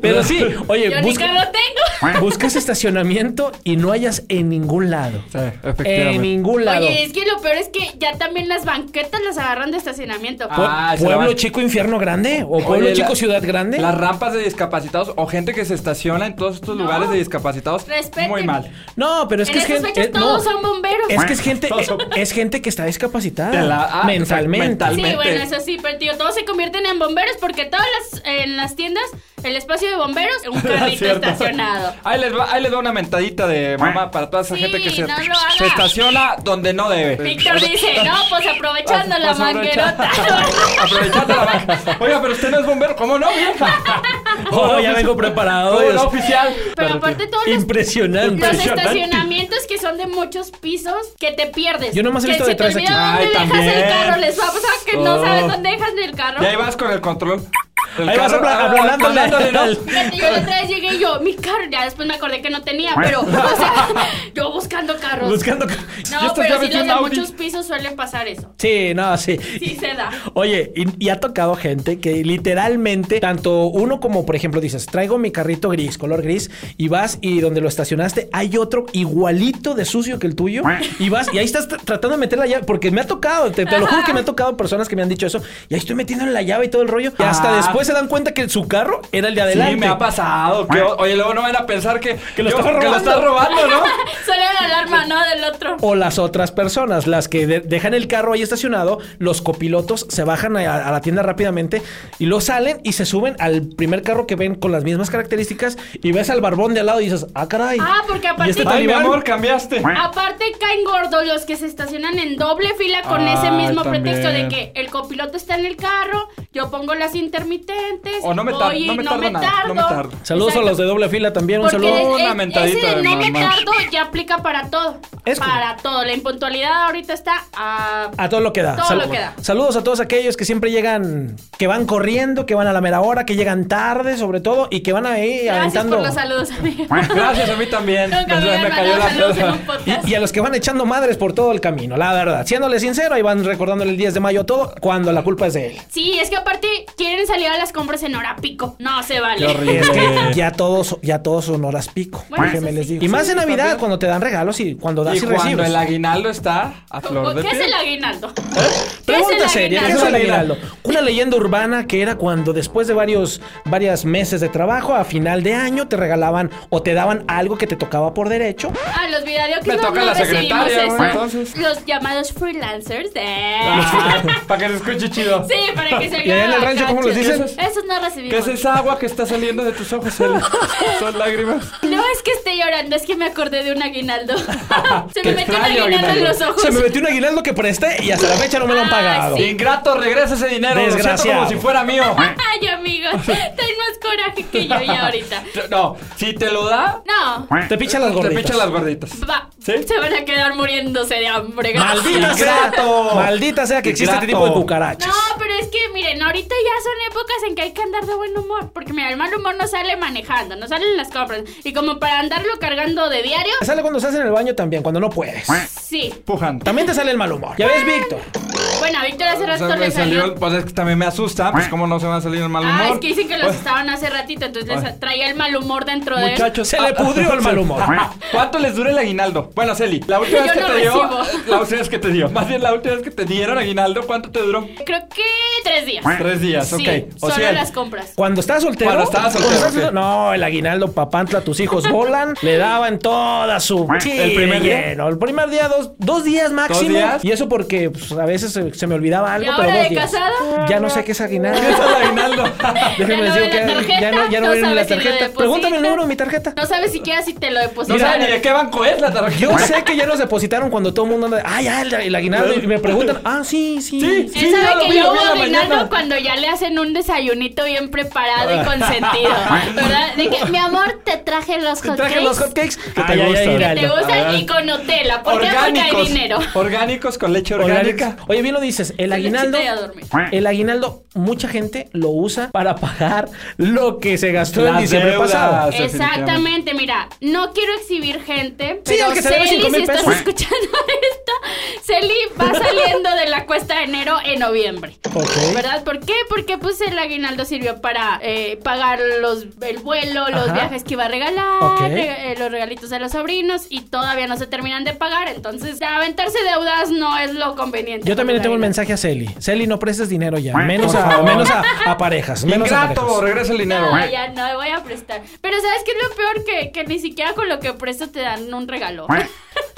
B: Pero sí, oye,
C: Yo ni
B: busca-
C: carro tengo.
B: buscas estacionamiento y no hayas en ningún lado.
D: Sí,
B: En
D: efectivamente.
B: ningún lado.
C: Oye, es que lo peor es que ya también las banquetas las agarran de estacionamiento.
B: Pue-
D: Ah, se la
B: pueblo
D: van.
B: chico, infierno grande. O pueblo
D: Oye, la-
B: chico, ciudad grande.
D: Las rampas de discapacitados o gente que se estaciona en todos estos
C: No.
D: lugares de discapacitados.
C: Respeten.
D: Muy mal.
B: No, pero es
C: en
B: que es
C: esas
B: gente.
C: fechas
B: eh, no.
C: todos son bomberos.
B: Es que es gente, eh,
D: Todos son-
B: es gente que está discapacitada
D: Te la- ah,
B: mentalmente.
D: mental.
C: Sí,
D: Realmente.
C: bueno, eso sí, pero tío, todos se convierten en bomberos porque todas las, en las tiendas, el espacio de bomberos, un carrito
D: ¿Cierto?
C: estacionado.
D: Ahí les, va- ahí les doy una mentadita de mamá para toda esa
C: Sí,
D: gente que se,
C: no lo haga.
D: se estaciona donde no debe.
C: Víctor dice, no, pues aprovechando la
D: Pues
C: manguerota.
D: Aprovechando la banca. Oiga, pero usted no es bombero. ¿Cómo no, vieja?
B: Oh, ya vengo preparado.
D: ¿Cómo
B: Dios.
D: no, oficial?
C: Pero aparte todos los,
B: Impresionante.
C: los
D: impresionante.
C: estacionamientos que son de muchos pisos que te pierdes.
B: Yo nomás he
C: que
B: visto
C: se
B: detrás
C: te
B: de
C: olvida
D: aquí.
C: dónde
D: Ay,
C: dejas el
D: también.
C: carro, les va a pasar que no
D: Oh.
C: sabes dónde dejas el carro.
D: Y ahí vas con el control. El
B: Ahí vas
D: carro-
B: apla-
D: ah,
B: aplanándole
D: aplanándole, ¿no?
B: al-
C: Fíjate, yo la otra vez llegué y yo, mi carro, ya después me acordé que no tenía, pero, o sea, yo buscando carros.
B: Buscando.
D: Yo
C: no,
D: estaba
C: pero si
D: metido
C: los
D: en
C: de
D: Audi.
C: muchos pisos suele pasar eso.
B: Sí, no, sí.
C: Sí se da.
B: Oye, y, y ha tocado gente que literalmente, tanto uno como, por ejemplo, dices, traigo mi carrito gris, color gris, y vas y donde lo estacionaste hay otro igualito de sucio que el tuyo, y vas y ahí estás tr- tratando de meter la llave, porque me ha tocado, te, te lo juro que me ha tocado personas que me han dicho eso, y ahí estoy metiendo la llave y todo el rollo, y hasta
D: Ah,
B: después después se dan cuenta que su carro era el de adelante.
D: Sí, me ha pasado. que- oye, luego no van a pensar que,
B: Que lo
D: yo-
B: estás
D: que lo
B: robando.
D: estás robando, ¿no?
C: Suena la alarma, ¿no? Del otro.
B: O las otras personas, las que de- dejan el carro ahí estacionado, los copilotos se bajan a, a la tienda rápidamente y lo salen y se suben al primer carro que ven con las mismas características y ves al barbón de al lado y dices, ah, caray.
C: Ah, porque
B: ¿Y
C: aparte-
B: este
D: Ay, mi
B: talibán?
D: amor, cambiaste.
C: Aparte caen gordos los que se estacionan en doble fila con
D: Ah,
C: ese mismo
D: también.
C: pretexto de que el copiloto está en el carro, yo pongo las intermitentes,
D: O no me tar-
C: voy y
D: no me tardo nada, no me tardo.
B: Saludos
C: Exacto.
B: a los de doble fila también, un
C: Porque
B: saludo.
C: es-
D: Una
C: es-
D: mentadita
C: ese de
D: de
C: no me
D: mamá.
C: tardo ya aplica para todo.
B: Es
C: para todo. La impuntualidad ahorita está a...
B: A todo lo que da.
C: Todo lo que da.
B: Saludos a todos aquellos que siempre llegan, que van corriendo, que van a la mera hora, que llegan tarde, sobre todo, y que van ahí
C: Gracias
B: aventando.
C: por los saludos, amiga.
D: Gracias a mí también.
C: Nunca
D: Entonces,
C: me,
D: me
C: me
D: cayó la
C: saludos en
D: cosa.
C: un podcast.
B: Y, y a los que van echando madres por todo el camino, la verdad. Siéndole sincero, ahí van recordándole el 10 de mayo todo cuando la culpa es de él.
C: Sí, es que aparte quieren salir a las compras en hora pico. No se vale.
D: Qué horrible.
B: Es que ya todos, ya todos son horas pico.
C: Bueno,
B: déjenme
C: eso
B: les
C: sí.
B: digo. Y más en Navidad,
D: también.
B: cuando te dan regalos y cuando das
D: Y
B: y,
D: cuando
B: Pues recibes.
D: el aguinaldo está a flor de
C: ¿Qué es
D: piel.
C: el aguinaldo? ¿Qué
B: ¿Eh? Pregunta
C: es el
B: seria, ¿qué es
C: aguinaldo?
B: el aguinaldo? Una leyenda urbana que era cuando después de varios varias meses de trabajo, a final de año te regalaban o te daban algo que te tocaba por derecho.
C: Ah, los videojuegos
D: Me
C: no,
D: toca
C: no
D: la
C: recibimos
D: secretaria,
C: eso.
D: güey, entonces.
C: Los llamados freelancers. eh.
D: Ah, para que se escuche chido.
C: Sí, para que se
B: ¿Y allá en el
C: haga
B: rancho cómo les
C: cacho.
B: dicen?
C: Esos no
D: ¿Qué
C: recibimos.
D: es esa agua que está saliendo de tus ojos? Eli? Son lágrimas.
C: No es que esté llorando, es que me acordé de un aguinaldo. se
D: Qué
C: me metió un
D: extraño
C: aguinaldo, en
D: aguinaldo.
C: los ojos.
B: Se me metió un aguinaldo que presté y hasta la fecha no me lo han
C: Ah,
B: pagado.
C: sí.
D: Ingrato, regresa ese dinero. lo siento
B: Desgraciado.
D: como si fuera mío.
C: Ay, amigos, ten más coraje que yo ya ahorita.
D: No, si te lo da,
C: No,
B: Te picha las
D: te
B: gorditas.
D: picha las gorditas.
C: va-
D: ¿Sí?
C: se van a quedar muriéndose de hambre. gracias.
B: Maldita sea,
D: Ingrato.
B: maldita sea que existe este
D: Ingrato.
B: tipo de cucarachas.
C: No, pero es que miren, ahorita ya son épocas en que hay que andar de buen humor. Porque mira, el mal humor no sale manejando, no salen las compras. Y como para andarlo cargando de diario,
B: Sale cuando estás en el baño también, cuando no puedes.
C: sí.
D: Pujando.
B: También te sale el mal humor. Ya ves, Víctor.
C: Bueno, a Víctor hace
D: Ah, O sea,
C: rato
D: me
C: le
D: salió,
C: salió.
D: el- pues es que también me asusta,
B: Ah.
D: pues cómo no se me ha salido el mal humor.
C: Ah, es que dicen que los
D: Pues,
C: estaban hace ratito, entonces les
D: Ay.
C: traía el mal humor dentro de él.
D: Muchachos,
B: Se le
D: ah,
B: pudrió el mal humor.
D: ¿Cuánto les dura el aguinaldo? Bueno, Celi, la última
C: Yo
D: vez que
C: no
D: te dio,
C: recibo.
D: la última vez que te dio, más bien la última vez que te dieron aguinaldo, ¿cuánto te duró?
C: Creo que tres días.
D: Tres días,
C: Sí,
D: ok. O
C: solo
D: sea,
C: las compras.
B: Cuando estaba soltero.
D: Cuando estaba soltero,
B: cuando
D: sí.
B: No, el aguinaldo papantla, tus hijos volan. le daban toda su.
D: ¿El primer día?
B: lleno. El primer día, dos, dos días máximo.
D: ¿Dos días?
B: Y eso porque pues, a veces se, se me olvidaba algo.
C: ¿Y
B: pero
C: ahora
B: dos
C: de
B: días.
C: casada?
B: Ya no sé qué es aguinaldo.
D: ¿Qué es el aguinaldo?
B: Déjenme
C: no
B: decir
C: ve
B: que
C: la tarjeta,
B: ya no, ya no,
C: no
B: veo ni la
C: sabes si lo
B: tarjeta.
C: depositan.
B: Pregúntame el número de mi tarjeta.
C: No sabes siquiera si te lo
D: No
C: depositaron.
D: saben ni de qué banco es la tarjeta.
B: Yo sé que ya nos depositaron cuando todo el mundo anda. Ay, ah, el, el aguinaldo. Y me preguntan, ah, sí, sí.
D: Sí.
C: Él sabe
D: ya lo
C: que
D: vi,
C: yo
D: lo vi en
C: hubo
D: la
C: Reinaldo
D: mañana.
C: cuando ya le hacen un desayunito bien preparado y consentido. ¿Verdad? De que, mi amor, te traje los
B: Te traje los
C: hotcakes
B: hotcakes que
D: Ay, ay, ay,
C: que te
D: Reinaldo.
C: gustan y con Nutella. ¿Por qué? Porque hay dinero.
D: Orgánicos con leche
B: Orgánica.
D: orgánica.
B: Oye, bien lo dices. El aguinaldo.
C: Lechita y a dormir.
B: El aguinaldo, mucha gente lo usa para pagar lo que se gastó en
D: Las
B: diciembre
D: deudas.
B: pasado.
C: Exactamente, mira, no quiero exhibir gente,
B: Sí,
C: pero
B: al que se debe
C: Celi,
B: cinco
C: si
B: mil
C: estás
B: pesos.
C: escuchando esto, Celi va saliendo de la cuesta de enero en noviembre.
B: Ok.
C: ¿Verdad? ¿Por qué? Porque pues el aguinaldo sirvió para eh, pagar los, el vuelo, los
B: Ajá.
C: viajes que iba a regalar,
B: Ok.
C: re- eh, los regalitos de los sobrinos y todavía no se terminan de pagar. Entonces, aventarse deudas no es lo conveniente.
B: Yo también le
C: con
B: tengo un
C: el aguinaldo.
B: mensaje a Celi. Celi, no prestes dinero ya. Menos,
D: Por
B: a,
D: favor.
B: menos a, a parejas. Menos a
D: Ingrato,
B: parejas.
D: regresa el dinero.
C: No, ya no me voy a prestar. Pero ¿sabes qué es lo peor? Que, que ni siquiera con lo que presto te dan un regalo.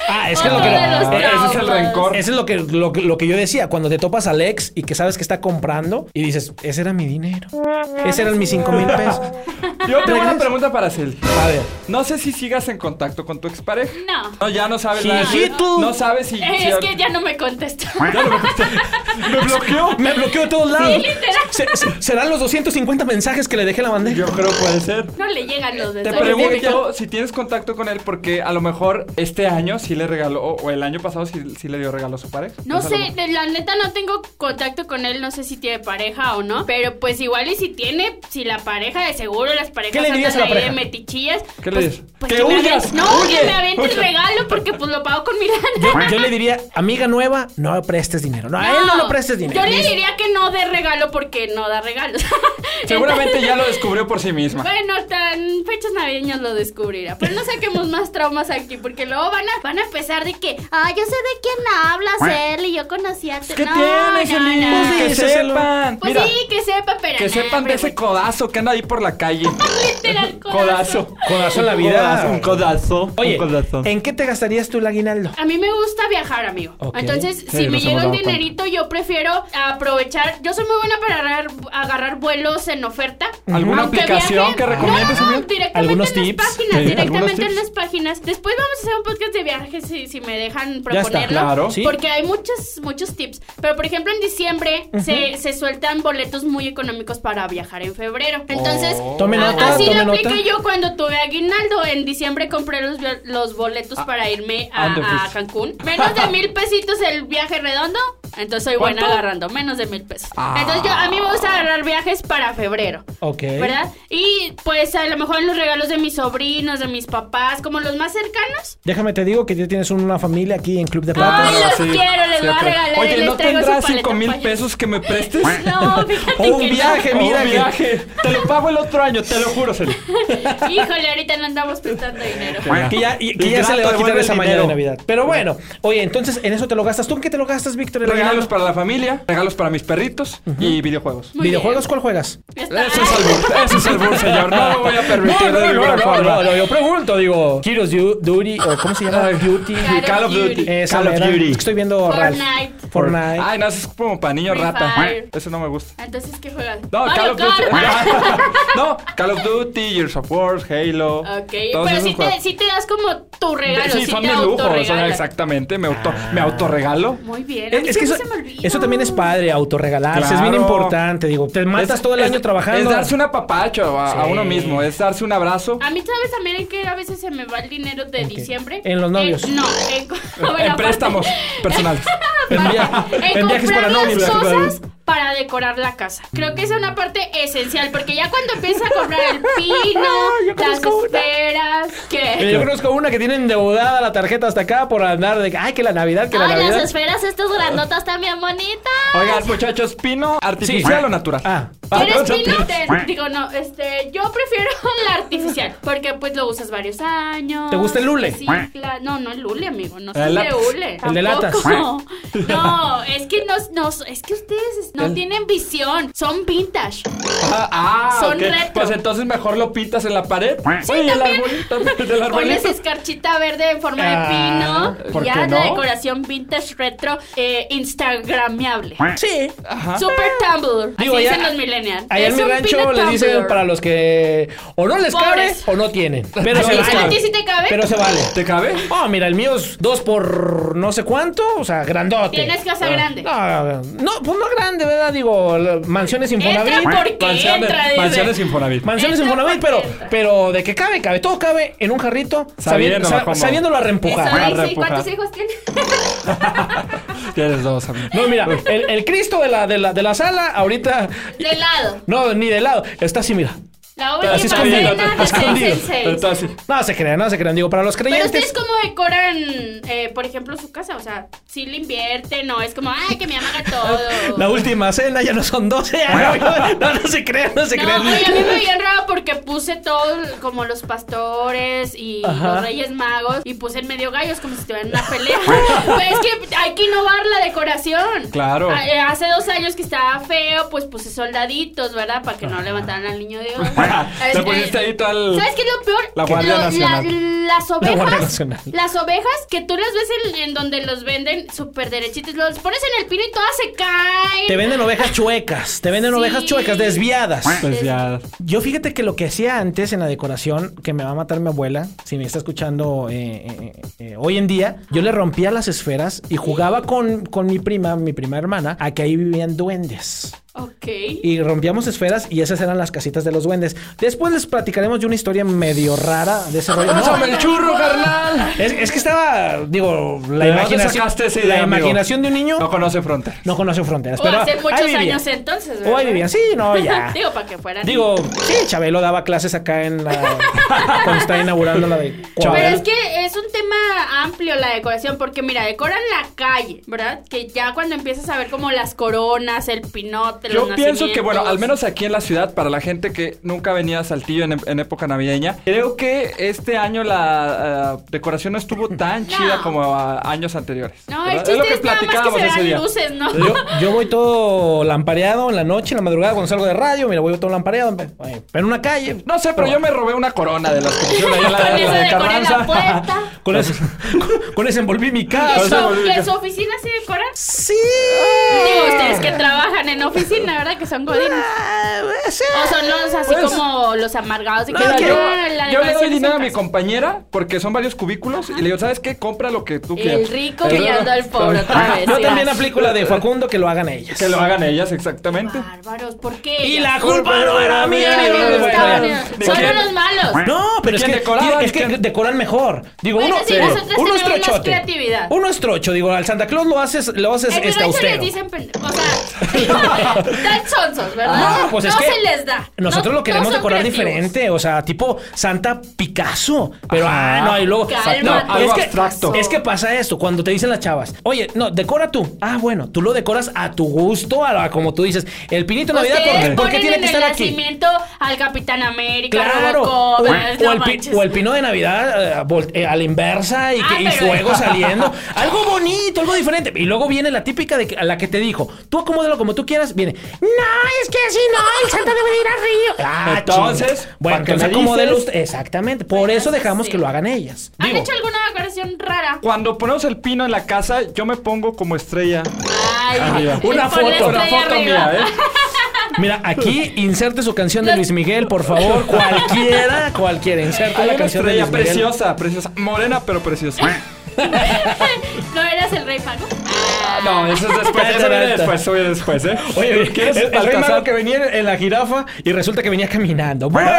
B: Ah, es que
C: Otro
B: lo que.
C: de los
B: eh,
D: ese es el
C: traumas.
D: rencor.
B: Eso es lo que, lo, que- lo que yo decía, cuando te topas al ex y que sabes que está comprando y dices, ese era mi dinero, ese eran mis cinco mil pesos.
D: Yo tengo
B: Regresa.
D: una pregunta para Celi.
B: A ver,
D: No sé si sigas en contacto con tu expareja.
C: No.
D: No, ya no sabes nada.
B: Hijito.
D: No sabes si. si-
C: Eh, Es que ya no me contesta.
D: Ya lo bloqueaste. ¿Me bloqueó?
B: me bloqueó de todos lados.
C: literal.
B: Se- se- serán los 250 mensajes que le dejé en la bandeja.
D: Yo creo puede ser.
C: No le llegan los
D: Te
C: deseos.
D: pregunto si tienes contacto con él porque a lo mejor este año sí le regaló o o el año pasado sí, sí le dio regalo a su pareja.
C: No
D: Entonces, a lo
C: sé,
D: mejor-
C: de- la neta no tengo contacto con él, no sé si tiene pareja o no, pero pues igual y si tiene, si la pareja de seguro, las parejas
B: ¿Qué le dirías
C: andan
B: a la
C: ahí de
B: pareja?
C: metichillas.
D: ¿Qué le
C: pues-
D: dices?
C: pues
D: ¡Que
C: me
D: huyas!
C: aven- No,
D: ¡Huye!
C: que me avente el
D: ¡Huye!
C: regalo porque pues lo pago con mi lana.
B: Yo, yo le diría, amiga nueva, no prestes dinero. No, a él no le prestes dinero.
C: Yo le diría que no dé regalo porque no da regalos.
D: Seguramente ya lo descubrió por sí misma.
C: Bueno, tan fechas navideñas lo descubrirá. Pero no saquemos más traumas aquí, porque luego van a, van a empezar de que, ah, yo sé de quién hablas, él, y yo conocía a tu...
D: ¿Qué
C: no,
D: tiene,
C: no,
D: Angelina?
C: no.
B: Pues
D: Que
B: sí, díselo.
D: sepan.
C: Pues
D: Mira,
C: sí, pues. que sepa, pero
D: que
C: nada,
D: sepan de
C: pero
D: ese
C: bueno.
D: codazo que anda ahí por la calle.
C: Literal,
D: codazo.
B: Codazo en la
D: Un
B: vida.
D: codazo, Un codazo.
B: Oye,
D: un codazo.
B: ¿en qué te gastarías tú el aguinaldo?
C: A mí me gusta viajar, amigo.
B: Ok.
C: Entonces,
D: Sí,
C: si me
D: nos hemos
C: llega un
D: dado cuenta.
C: dinerito, yo prefiero aprovechar. Yo soy muy buena para agarrar, agarrar vuelos en oferta.
D: ¿Alguna
C: Aunque
D: aplicación
C: viaje-
D: que recomiendes,
C: No, no,
D: amigo?
C: directamente
B: ¿Algunos
C: en
B: tips?
C: las páginas.
D: Sí, algunos
C: directamente
D: tips.
C: en las páginas. Después vamos a hacer un podcast de viajes si, si me dejan
B: Ya está,
C: proponerlo.
D: claro.
B: Sí.
C: Porque hay muchos, muchos tips. Pero, por ejemplo, en diciembre se, se sueltan boletos muy económicos para viajar en febrero. Entonces,
D: Oh.
B: Tome
C: a-
B: nota,
C: así
B: tome
C: lo apliqué
B: nota.
C: yo cuando tuve aguinaldo. En diciembre compré los, vi- los boletos para irme
D: Ah, ¿a dónde
C: a, a
D: fuiste?
C: Cancún. Menos de mil pesitos el viaje redondo. Entonces soy buena
D: ¿Cuánto?
C: agarrando. Menos de mil pesos.
D: Ah.
C: Entonces yo, a mí me gusta agarrar viajes para febrero.
B: Ok.
C: ¿Verdad? Y pues a lo mejor los regalos de mis sobrinos, de mis papás, como los más cercanos.
B: Déjame te digo que ya tienes una familia aquí en Club de Plata.
C: Ay, los
D: sí,
C: quiero, les voy a
D: siempre.
C: regalar.
D: Oye,
C: les
D: ¿no
C: traigo su
D: tendrás
C: paleta
D: 5 mil
C: payaso.
D: pesos que me prestes?
C: No, fíjate
B: O
C: que
B: un
C: no.
B: viaje, mira.
D: Oh,
B: que-
D: viaje. Te lo pago el otro año, te lo juro, Cel.
C: Híjole, ahorita no andamos prestando dinero.
B: Que ya, y- que ya se le va a quitar esa mañana de Navidad. Pero bueno, oye, entonces en eso te lo gastas. ¿Tú en qué te lo gastas, Víctor? el
D: Regalos
B: aguinaldo?
D: para la familia, regalos para mis perritos y videojuegos.
C: Muy
B: ¿Videojuegos cuál juegas?
C: Ya está.
D: Eso es albur, eso es albur, señor. No lo voy a permitir de ninguna forma.
B: yo pregunto, digo. Kiros Duty, o ¿cómo se llama? Duty. Eh,
C: Call of
D: Call of
C: Duty.
D: Duty.
B: Esa
D: Call of
B: mera.
D: Duty.
B: Es que Estoy viendo Ralph.
C: Fortnite.
B: Fortnite.
D: Ay, no, eso es como para niño
C: Free
D: rata.
C: Fire.
D: Eso no me gusta.
C: Entonces, ¿qué juegas?
D: No,
C: Mario
D: Call of Duty.
C: Kart.
D: no, Call of Duty, Gears of War, Halo.
C: Ok,
D: todos
C: pero
D: esos
C: sí te,
D: juegos.
C: sí te das como tu regalo.
D: Sí,
C: sí
D: son
C: te
D: mis lujos. son-
C: autorregalas.
D: Exactamente, me, auto,
B: Ah.
D: me autorregalo.
C: Muy bien.
B: Es, es que eso,
C: se me olvida.
B: eso también es padre, autorregalarse. Es bien
D: Claro.
B: importante, digo. Te matas
D: Es-
B: todo el
D: es-
B: año trabajando.
D: Es darse un apapacho a, a
B: Sí.
D: uno mismo, es darse un abrazo.
C: A mí, ¿sabes también en que a veces se me va el dinero de diciembre?
B: En los novios.
C: En- no, en, bueno,
D: en
C: aparte-
D: préstamos personales.
B: En via-
C: En,
B: en viajes
C: comprar
B: para
C: las
B: novios.
C: cosas para decorar la casa. Creo que es una parte esencial, porque ya cuando empiezas a comprar el
B: Yo
C: pino, las
B: conozco una.
C: esferas,
B: Mira,
C: que...
B: Yo conozco una que tiene endeudada la tarjeta hasta acá por andar de. Ay, que la Navidad, que la
C: Ay, las
B: Navidad.
C: esferas estas grandotas también bonitas.
D: Oigan, muchachos, ¿pino artificial o natural?
B: Ah.
C: ¿Quieres
D: no,
C: pino? Te- digo, no, este, yo prefiero la artificial, porque pues lo usas varios años.
B: ¿Te gusta el lule?
C: Sí, cla- no, no el lule, amigo, no soy
D: El
C: de
D: latas.
C: hule.
B: El de latas.
C: tampoco. No, es que no, no, es que ustedes no tienen visión, son vintage.
D: Ah, ah,
C: Son
D: ok.
C: retro.
D: Pues entonces mejor lo pintas en la pared. Oye, el
C: también.
D: arbolito, el
C: Pones
D: arbolito.
C: escarchita verde en forma
B: Ah,
C: de pino.
D: ¿por
C: Ya
D: qué
C: la
D: no?
C: decoración vintage retro eh, instagrameable.
B: Sí.
D: Ajá.
C: Super Tumblr.
B: Digo,
C: así
B: allá-
C: dicen los millennials.
B: Allá
C: Es
B: en mi
C: un
B: rancho
C: pino
B: les dicen
C: Tumblr.
B: para los que o no les
C: Pobres.
B: cabe o no tienen. Pero
D: ¿A
B: se
D: ti-
B: vale.
D: a ti
C: sí te cabe?
B: Pero se vale.
D: ¿Te cabe?
B: Oh, mira, el mío es dos por no sé cuánto, o sea, grandote.
C: Tienes
B: Ah.
C: casa grande.
B: No, no, pues no grande, ¿verdad? Digo, la- mansiones
C: Entra
B: Infonavit.
C: porque entra, dice.
D: mansiones Infonavit.
B: Mansiones
C: Entra
B: Infonavit,
C: porque
B: pero,
C: entra.
B: pero de que cabe, cabe. Todo cabe en un jarrito,
D: Sabiendo
B: sabiendo,
D: cómo.
B: sabiéndolo a reempujar.
C: Eso dice, ¿y
D: repujar.
C: ¿Cuántos hijos tienes?
D: Tienes dos, amigo.
B: No, mira, el, el Cristo de la, de, la, de la sala ahorita...
C: De lado.
B: No, ni de lado. Está así, mira.
C: La
D: Pero
C: última
D: así
C: cena
D: escondido.
C: de
D: escondido.
C: 6 en 6.
D: Pero así.
B: No se crean, no se crean. Digo, para los
C: Pero
B: creyentes...
C: ustedes cómo decoran, eh, por ejemplo, su casa, o sea, si le invierten o es como, ay, que mi mamá haga todo.
B: La última cena ya no son 12 años. No, no se crean, no se
C: No,
B: crean.
C: oye, a mí me había enredado porque puse todo como los pastores y
B: Ajá.
C: los reyes magos y puse en medio gallos como si tuvieran una pelea. Pero es que hay que innovar la decoración.
D: Claro.
C: A- eh, hace dos años que estaba feo, pues puse soldaditos, ¿verdad? Para que no levantaran al niño de Dios.
D: Te
C: Este,
D: pusiste ahí todo el.
C: ¿Sabes qué es lo peor?
D: La
C: Que
D: Guardia
C: lo-
D: Nacional.
C: las
B: La Guardia
C: ovejas.
B: Nacional.
C: las ovejas que tú las ves en, en donde los venden súper derechitos, los pones en el pino y todas se caen.
B: Te venden ovejas chuecas, te venden
C: Sí.
B: ovejas chuecas, desviadas.
D: Pues ya.
B: Yo fíjate que lo que hacía antes en la decoración, que me va a matar mi abuela, si me está escuchando eh, eh, eh, eh, hoy en día, yo le rompía las esferas y jugaba con, con mi prima, mi prima hermana, a que ahí vivían duendes.
C: Ok.
B: Y rompíamos esferas y esas eran las casitas de los duendes. Después les platicaremos de una historia medio rara de ese rollo. No,
D: ¡Pásame el churro, carnal!
B: es, es que estaba, digo, la
D: ¿De dónde
B: imaginación,
D: sacaste esa
B: la
D: idea, amigo?
B: imaginación de un niño
D: No conoce fronte.
B: no conoce fronteras.
C: O
B: pero
C: hace
B: ahí
C: muchos
B: vivía.
C: años entonces, ¿verdad?
B: O ahí vivían, sí, no, ya.
C: Digo, para que fueran.
B: Digo, sí, Chabelo daba clases acá en la. cuando estaba inaugurando la de
C: Pero
B: Coahuila.
C: es que es un tema amplio la decoración, porque mira, decoran la calle, ¿verdad? Que ya cuando empiezas a ver como las coronas, el pinote, de
D: Yo
C: los
D: pienso que, bueno,
C: nacimientos.
D: al menos aquí en la ciudad, para la gente que nunca venía a Saltillo en, en época navideña, creo que este año la eh, decoración no estuvo tan chida como a años anteriores.
C: No, el
D: ¿verdad?
C: chiste es, nada más que se vean luces, ¿no?
B: Yo, yo voy todo lampareado en la noche, en la madrugada, cuando salgo de radio, mira, voy todo lampareado. en- Pero en una calle.
D: No sé, pero yo me robé una corona de las que pusieron ahí en la,
C: Con
D: en
C: eso
D: la de
C: decoré
D: Carranza.
C: la puerta.
B: Con eso, con eso envolví mi
C: Que
B: casa.
C: su, que su oficina se decora.
B: ¡Sí!
C: Digo, ustedes que trabajan en oficina, ¿verdad? Que son godines.
B: Ah, sí.
C: O son los así
D: Pues-
C: como los amargados. Y que
D: Mira,
C: no,
D: yo,
C: la
D: yo le
C: decoración
D: doy
C: es
D: dinero a
C: un
D: mi
C: caso.
D: compañera porque son varios cubículos y le digo, ¿sabes qué? Compra lo que tú quieras.
C: El rico guiando al pobre otra vez.
B: Yo
C: ya.
B: también aplico la de Facundo, que lo hagan ellas.
D: Que lo hagan ellas, exactamente.
C: Bárbaros, ¿por qué?
B: Y
C: ellas?
B: la culpa no era
C: Mira,
B: mía.
C: mira,
B: Bueno,
C: mira, estaban-
B: bueno.
D: ¿de
C: Son
D: quién?
C: unos malos.
B: No, pero es
D: ¿Quién
B: que,
D: decoraba?
B: tiene- es que
D: ¿Quién?
B: decoran mejor. Digo,
C: Bueno,
B: uno,
C: sí, nosotras
B: uno es
C: tenemos más
B: trochote.
C: creatividad.
B: Uno es trocho, digo, al Santa Claus lo haces, lo haces
C: Ay,
B: este
C: pero eso les
B: austero.
C: dicen pende- O sea, tan sonsos, ¿verdad?
B: Ah, pues es
C: no
B: que
C: se les da.
B: Nosotros
C: No-
B: lo queremos
C: no son
B: decorar
C: creativos.
B: diferente, o sea, tipo Santa Picasso. Pero,
D: Ajá.
B: ah, no, y luego.
C: Cálmate.
B: No,
D: Algo
B: es, que,
D: abstracto.
B: es que pasa esto, cuando te dicen las chavas, oye, no, decora tú. Ah, bueno, tú lo decoras a tu gusto, a la- como tú dices. El pinito de Navidad, ¿por,
C: Ustedes
B: por qué
C: Pues ponen
B: tiene que
C: en el
B: estar aquí?
C: nacimiento al Capitán América,
B: Claro, o,
C: Robocop, eh,
B: o
C: no
B: el, pi-
C: manches.
B: o el pino de Navidad eh, vol- eh, a la inversa y, que-
C: Ah,
B: y
C: pero-
B: fuego saliendo. Algo bonito, algo diferente. Y luego viene la típica de que- a la que te dijo, tú acomódalo como tú quieras. Viene, no, es que así no, el Santa debe de ir a Río. Ah,
D: Entonces,
B: chinga. bueno,
D: ¿para qué
B: entonces
D: me dices?
B: acomódelo usted- Exactamente, por eso dejamos
C: sí.
B: que lo hagan ellas.
C: ¿Han
B: Digo,
C: hecho alguna decoración rara?
D: Cuando ponemos el pino en la casa, yo me pongo como estrella.
C: Ay,
D: Arriba.
C: le
B: Una
C: pone
B: foto,
C: estrella
D: Una foto
C: arriba.
D: mía, ¿eh?
B: mira, aquí inserte su canción de
C: Los-
B: Luis Miguel, por favor. Cualquiera, cualquiera, inserte
D: Hay
B: la
D: una
B: canción de
D: estrella
B: Luis Miguel.
D: preciosa, preciosa. Morena, pero preciosa.
C: ¿No eras el rey mago?
D: Ah, No, eso es después, eso viene después, eso viene después, ¿eh?
B: Oye, ¿qué es
D: ¿quieres
B: el, el rey mago que venía en- en la jirafa y resulta que venía caminando. Bueno,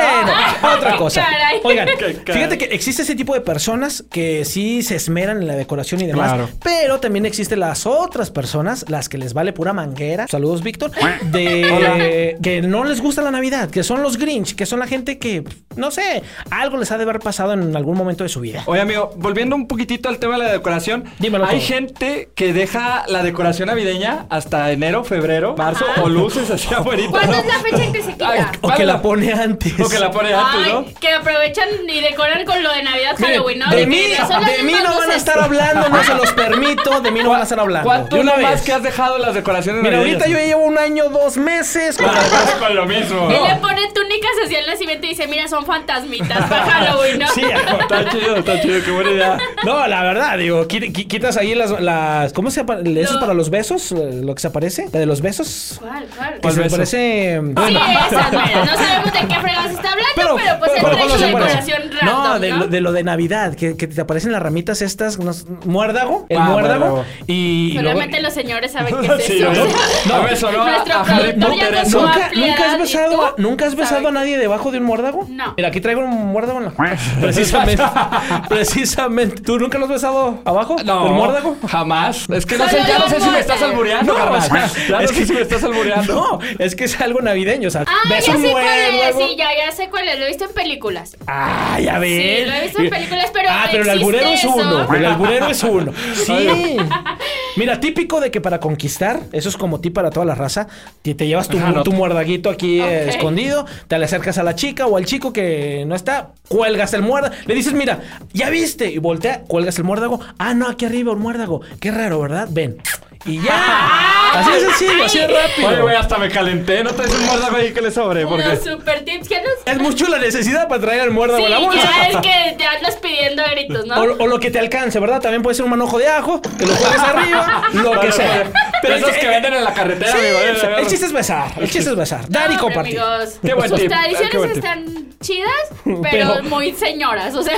B: otra cosa.
C: Caray.
B: Oigan,
D: Qué Ah, caray.
B: fíjate que existe ese tipo de personas que sí se esmeran en la decoración y demás.
D: Claro.
B: Pero también existen las otras personas, las que les vale pura manguera. Saludos, Víctor.
D: Hola.
B: De que no les gusta la Navidad, que son los Grinch, que son la gente que, no sé, algo les ha de haber pasado en algún momento de su vida.
D: Oye, amigo, volviendo un poquitito al tema de la decoración.
B: Dímelo
D: Hay
B: todo.
D: gente que deja la decoración navideña hasta enero, febrero, marzo, o luces hacia afuera.
C: Ah. ¿Cuándo es la fecha en que se quita?
D: Ay,
B: O
D: Vale
B: que la
D: la-
B: pone antes.
D: O que la pone antes, ¿no?
C: Ay, que aprovechan y decoran con lo de Navidad,
B: Miren,
C: Halloween, ¿no?
B: de
C: que
B: mí,
C: son las
B: de mí
C: mismas
B: no van a
C: luces.
B: estar hablando, no se los permito, de mí Ah, no van a estar hablando.
D: ¿Cuánto
B: De
D: es
B: una
D: lo más
B: vez.
D: que has dejado las decoraciones
B: Mira,
D: navideñas?
B: ahorita yo ya llevo un año, dos meses. con la-
D: Casi con lo mismo.
C: Él le pone túnicas hacia el nacimiento y dice, mira, son fantasmitas para Halloween, ¿no?
B: Sí, ya.
D: Está chido, está chido, qué buena idea.
B: Ah, No, la verdad, digo, qui- qui- quitas ahí las, las- ¿cómo se apa- ¿Eso
C: No.
B: para los besos? eh, ¿Lo que se aparece? ¿La de los besos?
C: ¿Cuál, cuál?
B: Que
D: ¿Cuál
B: se
D: beso?
B: parece... mm,
C: Sí, esas, mira, no sabemos de qué fregados está hablando, pero, pues
B: pero- pero
C: entra en
B: ¿cómo
C: su
B: se parece?
C: decoración random,
B: No, de,
C: ¿no?
B: Lo, de lo de Navidad, que, que te aparecen las ramitas estas, no sé, muérdago, el
D: Ah,
B: muérdago,
D: muérdago.
B: y... y luego-
C: Solamente los señores saben qué es
D: Sí,
C: eso.
D: ¿no?
B: No,
D: A ver, sonó a,
C: nuestro
D: a Harry
C: productor ya
D: Potter
C: no
D: eso.
C: suena.
B: ¿Nunca,
C: ampliar,
B: nunca has
C: ¿y
B: besado, a,
C: tú?
B: ¿Nunca has besado
C: ¿Sabe?
B: a nadie debajo de un muérdago?
C: No.
B: Mira, aquí traigo un muérdago en la... Precisamente. precisamente. ¿Tú nunca lo has besado abajo?
D: No,
B: ¿El muérdago?
D: jamás. Es que no sé,
C: Solo
D: ya no
C: el
D: sé si me
C: muérdago.
D: estás albureando,
B: No, o
D: carnal.
B: sea,
D: Ya no
B: es
D: sé
B: que-
D: si me estás albureando.
B: No, es que es algo navideño, o sea,
C: Ah, ya
B: ves
C: sé
B: un
C: cuál es,
B: muérdago.
C: sí, ya, ya sé cuál es, lo he visto en películas.
B: Ah, ya ves.
C: Sí, lo he visto en películas, pero
B: Ah, pero el
C: existe
B: alburero es
C: eso.
B: uno. El alburero es uno. Sí. Mira, típico de que para conquistar, eso es como ti para toda la raza, te, te llevas tu,
D: Ajá, no.
B: tu muerdaguito aquí eh,
C: Ok.
B: escondido, te le acercas a la chica o al chico que no está, cuelgas el muérdago, le dices, mira, ya viste, y voltea, cuelgas el muérdago. Ah, no, aquí arriba un muérdago. Qué raro, ¿verdad? Ven. Y ya. Así de sencillo, así de rápido.
D: Oye, güey, hasta me calenté. No traes un muérdago ahí que le sobre. Porque...
C: Unos super tips que nos...
B: Es mucho la necesidad para traer el muérdago
C: Sí,
B: en la bolsa.
C: ya es que te andas pidiendo a gritos, ¿no?
B: O, o lo que te alcance, ¿verdad? También puede ser un manojo de ajo, que lo pones arriba, lo que
D: Bueno,
B: sea.
D: bueno, Pero esos
B: el-
D: que venden en la carretera,
B: Sí,
D: amigo. eh,
B: o sea,
D: agarra.
B: el chiste es besar, el chiste es besar. Dar y
C: No, hombre,
B: compartir.
C: amigos,
D: Qué buen
C: sus
D: tip,
C: tradiciones
D: qué buen tip.
C: están chidas, pero,
B: Pero-
C: muy señoras. O sea,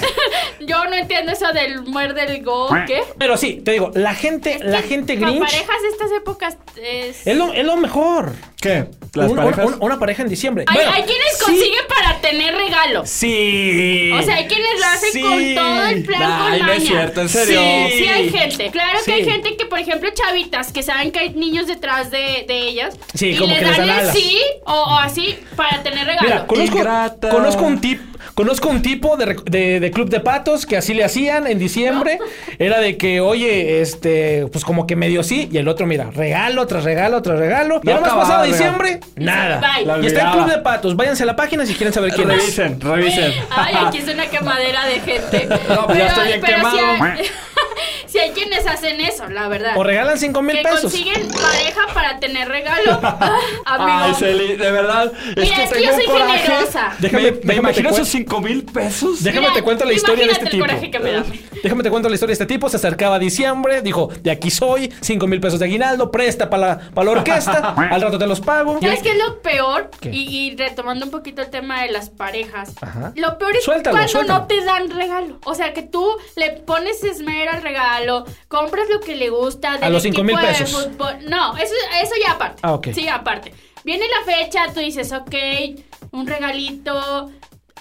C: yo no entiendo eso del muerde el go, ¿qué?
B: Pero sí, te digo, la gente, la gente
C: Con
B: grinch
C: parejas estas épocas es...
B: es lo, es lo mejor.
D: ¿Qué? ¿Las
B: Un-
D: parejas?
B: un- una pareja en diciembre.
C: Hay,
B: Bueno,
C: hay quienes
B: sí.
C: consiguen para tener regalo.
B: Sí.
C: O sea, hay quienes lo hacen
B: Sí.
C: con todo el plan con
D: Ay, no es
C: maña.
D: cierto, en serio.
B: Sí.
C: Sí hay gente. Claro que
B: Sí.
C: hay gente que, por ejemplo, chavitas que saben que hay niños detrás de, de ellas.
B: Sí,
C: y
B: como
C: les
B: que les
C: dan
B: dan
C: el
B: alas.
C: sí o, o así para tener regalo.
B: Mira, conozco,
D: Ingrata.
B: conozco un tip. Conozco un tipo de, rec- de- de Club de Patos que así le hacían en diciembre. Era de que, oye, este, pues como que medio sí. Y el otro, mira, regalo tras regalo tras regalo.
D: No
B: y más
D: acababa,
B: pasado
D: regalo.
B: diciembre, nada.
C: Bye. La
B: Y está el
D: olvidaba.
B: Club de Patos. Váyanse a la página si quieren saber quién es.
D: Revisen, revisen.
B: Eh,
C: Ay, aquí es una quemadera de gente.
D: No, pues ya estoy bien
C: sí
D: quemado.
C: hay, sí hay quienes hacen eso, la verdad.
B: O regalan 5 mil
C: que
B: pesos.
C: consiguen pareja para tener regalo. Ah,
D: Ay,
C: Amigo.
D: Celi, de verdad.
C: Mira, es que yo soy generosa.
B: Déjame-
D: me, me
B: déjame te
D: imagino
B: cuen-
D: esos 5 mil pesos.
B: Déjame
C: Mira,
B: te cuento la historia de este
C: imagínate
B: tipo.
C: el coraje que
B: Déjame te cuento la historia de este tipo. Se acercaba a diciembre, dijo, de aquí soy, 5 mil pesos de aguinaldo, presta para la, pa' la orquesta, al rato te los pago.
C: ¿Sabes qué es lo peor?
B: ¿Qué?
C: Y, y retomando un poquito el tema de las parejas.
B: Ajá.
C: Lo peor es
B: Suéltalo,
C: cuando
B: suéltalo.
C: no te dan regalo. O sea, que tú le pones esmero al regalo, compras lo que le gusta. del
B: los cinco mil
C: equipo de
B: pesos.
C: fútbol. No, eso, eso ya aparte.
B: Ah, ok.
C: Sí, aparte. Viene la fecha, tú dices, ok, un regalito.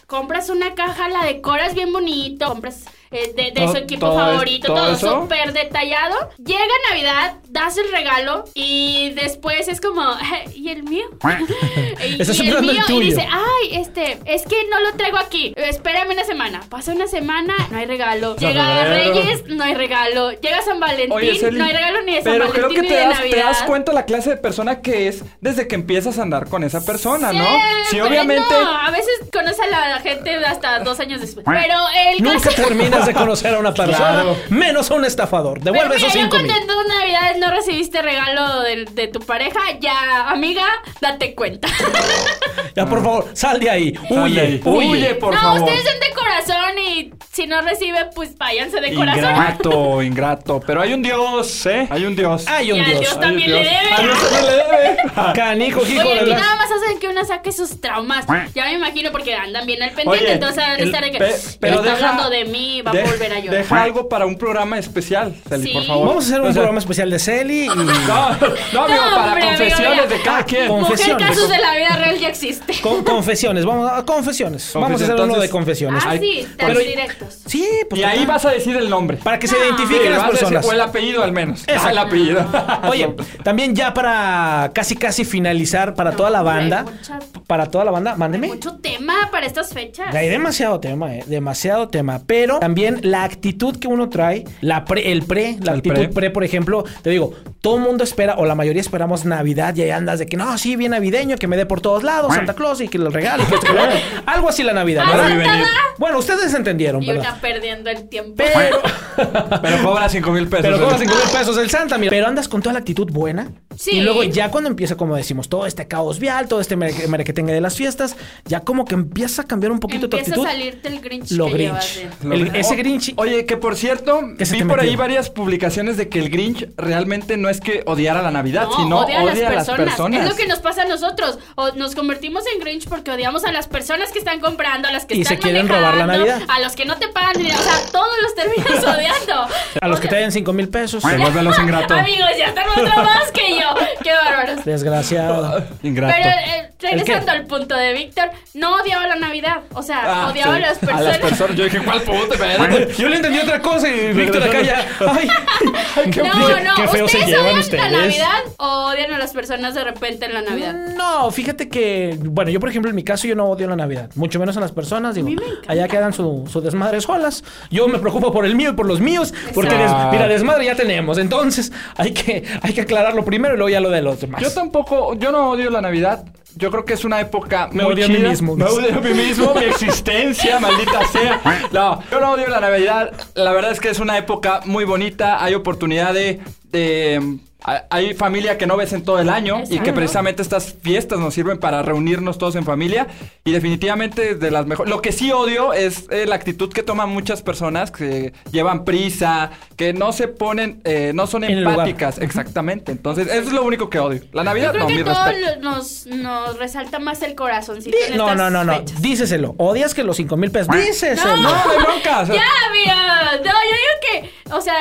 C: Compras una caja, la decoras bien bonito, compras eh, de, de
D: Todo-
C: su equipo
D: todo es-
C: favorito,
D: todo
C: todo
D: eso.
C: súper súper detallado. Llega Navidad, das el regalo y después es como, ¿y el mío? y,
B: Estás
C: y el
B: esperando el
C: mío
B: tuyo.
C: y dice, ay, este, es que no lo traigo aquí. Espérame una semana. Pasa una semana, no hay regalo. Llega
D: febrero.
C: Reyes, no hay regalo. Llega San Valentín,
D: Oye, Celi,
C: no hay regalo ni de San
D: pero
C: Valentín
D: creo que
C: ni
D: te
C: de
D: das, te
C: Navidad.
D: das cuenta la clase de persona que es desde que empiezas a andar con esa persona, ¿no? Sí,
C: Siempre,
D: obviamente.
C: pues, no, a veces conoce a la gente hasta dos años después. Pero el
B: Nunca
C: caso-
B: terminas de conocer a una persona,
D: Claro.
B: menos a un estafador. Devuelve
C: Pero
B: esos
C: mira,
B: 5
C: ya
B: mil.
C: cuando en dos navidades no recibiste regalo de, de tu pareja, ya, amiga, date cuenta.
B: Ya, por favor, sal de ahí.
D: Sal de
B: Huye,
D: ahí.
B: huye.
D: Huye, por
C: no,
D: favor.
C: ustedes son de corazón y si no recibe, pues váyanse de corazón.
D: Ingrato, ingrato. Pero hay un Dios, ¿eh? Hay un Dios.
B: Ay, un
C: Y a
B: Dios.
C: Dios también le debe.
D: A Dios también le debe.
B: Canijo, hijo
C: Oye,
B: de
C: aquí
B: la-
C: nada más hacen que una saque sus traumas. Ya me imagino porque andan bien al pendiente,
D: Oye,
C: entonces van a
D: el-
C: estar de que
D: pe-
C: "Ya
D: pero
C: está
D: deja-
C: hablando de mí, va
D: de-
C: a volver a llorar.
D: Deja algo para un programa especial, Celi,
C: Sí.
D: por favor.
B: Vamos a hacer un
D: O sea,
B: programa especial de Celi y
D: No, no, amigo,
C: No,
D: para
C: hombre, amigo,
D: confesiones
C: ya.
D: de cada quien.
B: Con-
C: Mujer,
B: confesiones.
C: casos de la vida real ya existe.
B: con confesiones. Vamos a confesiones. Vamos a hacer uno de
D: Entonces-
B: confesiones.
C: Ah,
D: Ay,
C: sí, tan
B: pero-
C: directos.
B: Sí, pues
D: Y ahí
B: total.
D: vas a decir el nombre.
B: Para que se
C: No.
B: identifiquen
D: Sí,
B: las
D: vas a decir-
B: personas.
D: o el apellido al menos.
B: Exacto.
D: Ah, el apellido.
B: Oye, también ya para casi casi finalizar para toda la
C: hombre,
B: banda,
C: mucha-
B: para toda la banda, mándeme.
C: Mucho tema para estas fechas.
B: Hay demasiado tema, eh, demasiado tema, pero también la actitud que uno trae, la pre- el pre, la
D: El
B: actitud
D: pre.
B: pre. por ejemplo, te digo, todo el mundo espera o la mayoría esperamos Navidad y ahí andas de que no, sí, bien navideño, que me dé por todos lados, Santa Claus y que lo regale, que esto, que lo otro". algo así la Navidad,
C: Ah,
B: ¿verdad?
D: vi venir.
B: Bueno, ustedes entendieron,
C: Y
B: ¿verdad?
C: una perdiendo el tiempo.
B: Pero,
D: Pero cobra 5 mil pesos. ¿eh?
B: pero cobra
D: Celi.
B: 5 mil pesos el Santa, mira. Pero andas con toda la actitud buena.
C: Sí.
B: Y luego ya cuando empieza, como decimos, todo este caos vial, todo este mere- merequetengue de las fiestas, ya como que empieza a cambiar un poquito
C: Empieza
B: tu
C: a
B: actitud.
C: salirte el Grinch
B: Lo
C: que llevas
B: Grinch.
C: dentro.
B: El-
D: Lo-
B: ese
D: o-
B: Grinch.
D: Oye, que por cierto,
B: Que se
D: vi
B: te
D: por ahí
B: metió.
D: varias publicaciones de que el Grinch realmente no es que odiara la Navidad, sino odia, a las personas.
C: Es lo que nos pasa a nosotros. O nos convertimos en Grinch porque odiamos a las personas que están comprando, a las que
B: Y
C: están
B: se quieren robar
C: manejando,
B: la Navidad.
C: a los que no te pagan, o sea, todos los terminas odiando.
B: A los que te den 5 mil pesos.
D: Devuelve a los ingratos.
C: Amigos, ya están otro más que yo. Qué bárbaros.
B: Desgraciado.
D: Ingrato.
C: Pero eh, regresando
B: ¿El
C: al punto de Víctor, no odiaba la Navidad, o sea,
D: Ah,
C: odiaba
D: sí,
C: a las personas.
D: personas. Yo dije, ¿cuál puto? Espérate.
B: Yo le entendí otra cosa y Víctor acá ya. Ay,
C: No, no,
B: qué feo se
C: ¿ustedes
B: llevan
C: odian
B: ustedes.
C: la Navidad o odian a las personas de repente en la Navidad?
B: No, fíjate que, bueno, yo por ejemplo en mi caso yo no odio la Navidad, mucho menos a las personas, digo, allá quedan su, su desmadre solas, yo me preocupo por el mío y por los míos, porque des-
D: Exacto.
B: mira, desmadre ya tenemos, entonces hay que, hay que aclararlo primero y luego ya lo de los demás.
D: Yo tampoco, yo no odio la Navidad. Yo creo que es una época
B: Me
D: muy
B: odio a mí
D: chida.
B: mismo.
D: Me odio a mí mismo, mi existencia, maldita sea. No, yo no odio la Navidad. La verdad es que es una época muy bonita. Hay oportunidad de... de- mm, hay- hay familia que no ves en todo el año y que
C: Exacto.
D: precisamente estas fiestas nos sirven para reunirnos todos en familia y definitivamente de las mejores... Lo que sí odio es eh, la actitud que toman muchas personas que llevan prisa, que no se ponen, eh, no son
B: En el lugar.
D: empáticas, exactamente. Entonces, eso es lo único que odio. La Navidad
C: Yo creo
D: no, mi
C: que todo
D: respeto.
C: lo- nos, nos resalta más el corazoncito.
B: Di-
C: en
B: No,
C: estas
B: no, no, no,
C: fechas.
B: díceselo, odias que los 5 mil pesos, díceselo.
D: No, hay broncas.
C: Ya, mira. No, yo digo que, o sea,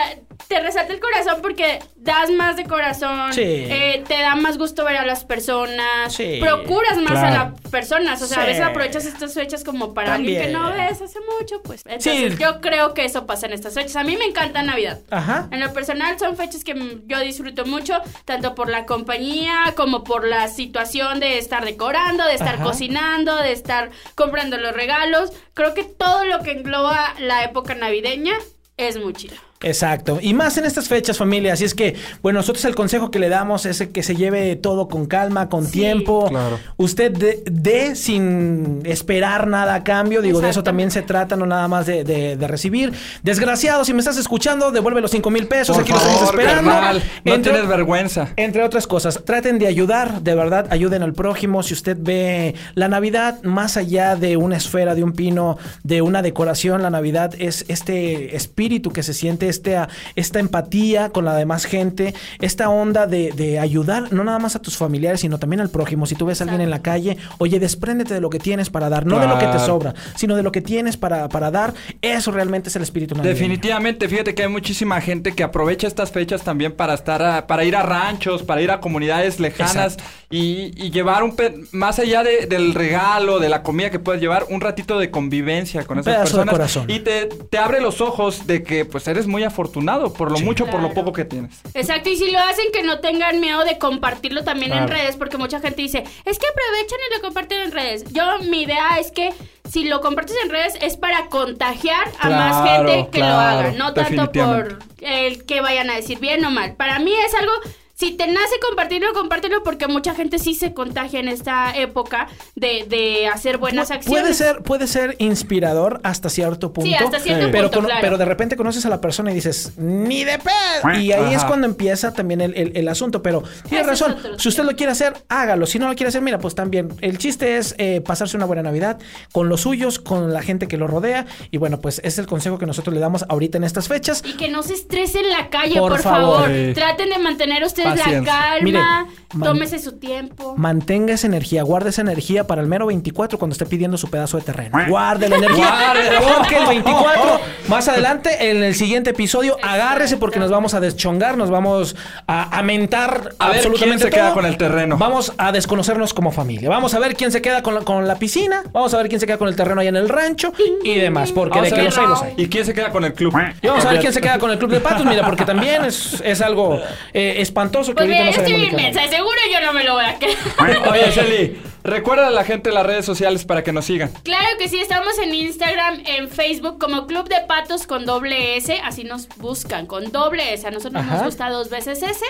C: te resalta el corazón porque das más de corazón,
B: Sí.
C: eh, te da más gusto ver a las personas,
B: Sí.
C: procuras más
D: Claro.
C: a las personas, o sea, a
B: Sí.
C: veces aprovechas estas fechas como para alguien que no
B: También.
C: ves hace mucho, pues. Entonces
B: Sí.
C: yo creo que eso pasa en estas fechas. A mí me encanta Navidad.
B: Ajá.
C: En lo personal son fechas que mm, yo disfruto mucho, tanto por la compañía como por la situación de estar decorando, de estar
B: Ajá.
C: cocinando, de estar comprando los regalos. Creo que todo lo que engloba la época navideña es muy chido.
B: Exacto. Y más en estas fechas, familia. Así es que, bueno, nosotros el consejo que le damos es el que se lleve todo con calma, con
C: Sí.
B: tiempo.
D: Claro.
B: Usted dé dé sin esperar nada a cambio. Digo, de eso también se trata, no nada más de, de- de recibir. Desgraciado, si me estás escuchando, devuelve los cinco mil pesos.
D: Por
B: Aquí lo estamos
D: favor,
B: esperando.
D: carnal, no
B: Entre-
D: tienes vergüenza.
B: Entre otras cosas, traten de ayudar, de verdad, ayuden al prójimo. Si usted ve la Navidad más allá de una esfera, de un pino, de una decoración, la Navidad es este espíritu que se siente, este, esta empatía con la demás gente, esta onda de, de ayudar, no nada más a tus familiares, sino también al prójimo. Si tú ves a alguien en la calle, oye, despréndete de lo que tienes para dar, no de lo que te
D: Claro.
B: sobra, sino de lo que tienes para, para dar. Eso realmente es el espíritu navideño.
D: Definitivamente, fíjate que hay muchísima gente que aprovecha estas fechas también para estar a- para ir a ranchos, para ir a comunidades lejanas y, y llevar un pe- más allá de- del regalo, de la comida que puedes llevar, un ratito de convivencia con
B: Un
D: esas
B: pedazo de
D: personas
B: corazón.
D: y te, te abre los ojos de que pues eres muy afortunado por lo mucho, por lo
C: Claro.
D: poco que tienes.
C: Exacto, y si lo hacen que no tengan miedo de compartirlo también en
D: Claro.
C: redes, porque mucha gente dice, es que aprovechan y lo comparten en redes. Yo, mi idea es que si lo compartes en redes es para contagiar a más
D: Claro,
C: gente que lo
D: claro,
C: haga, no tanto por
D: definitivamente.
C: el que vayan a decir bien o mal. Para mí es algo... Si te nace compartirlo, compártelo porque mucha gente sí se contagia en esta época de, de hacer buenas
B: Pu-
C: acciones.
B: Puede ser, puede ser inspirador hasta cierto punto.
C: Sí, hasta cierto
B: Pero,
C: punto,
B: cono-
C: claro.
B: pero de repente conoces a la persona y dices, ni de pedo. Y ahí
D: Ajá.
B: es cuando empieza también el, el- el asunto. Pero tiene
C: Ese es
B: razón.
C: otro
B: Si usted
C: tema.
B: lo quiere hacer, hágalo. Si no lo quiere hacer, mira, pues también. El chiste es eh, pasarse una buena Navidad con los suyos, con la gente que lo rodea. Y bueno, pues es el consejo que nosotros le damos ahorita en estas fechas.
C: Y que no se estresen en la calle,
B: Por
C: por, favor.
B: favor.
D: Sí.
C: Traten de mantener ustedes
D: Paciencia.
C: la
B: Mire,
C: calma.
B: man-
C: tómese su tiempo.
B: Mantenga esa energía, guarde esa energía para el mero 24 cuando esté pidiendo su pedazo de terreno. Guarde la energía.
D: Guárdela. Oh,
B: Porque el 24, más adelante, en el siguiente episodio, agárrese porque nos vamos a deschongar, nos vamos a, a mentar
D: A ver
B: absolutamente
D: quién se queda
B: todo.
D: con el terreno.
B: Vamos a desconocernos como familia. Vamos a ver quién se queda con la, con la piscina, vamos a ver quién se queda con el terreno allá en el rancho y demás, porque
D: Vamos
B: de
D: a
B: que
D: ver-
B: los hay, los hay.
D: ¿Y quién se queda con el club?
B: Y vamos a ver quién se queda con el club de patos, mira, porque también es, es algo eh, espantoso que
C: Pues
B: ahorita no
C: mira, yo estoy
B: sabemos ni
C: bien
B: qué hacer.
C: mensa. Seguro yo no me lo voy a quedar.
D: Oye, Shelly, recuerda a la gente las redes sociales para que nos sigan.
C: Claro que sí, estamos en Instagram, en Facebook, como Club de Patos con doble S. Así nos buscan, con doble S. A nosotros
B: Ajá.
C: nos gusta dos veces S.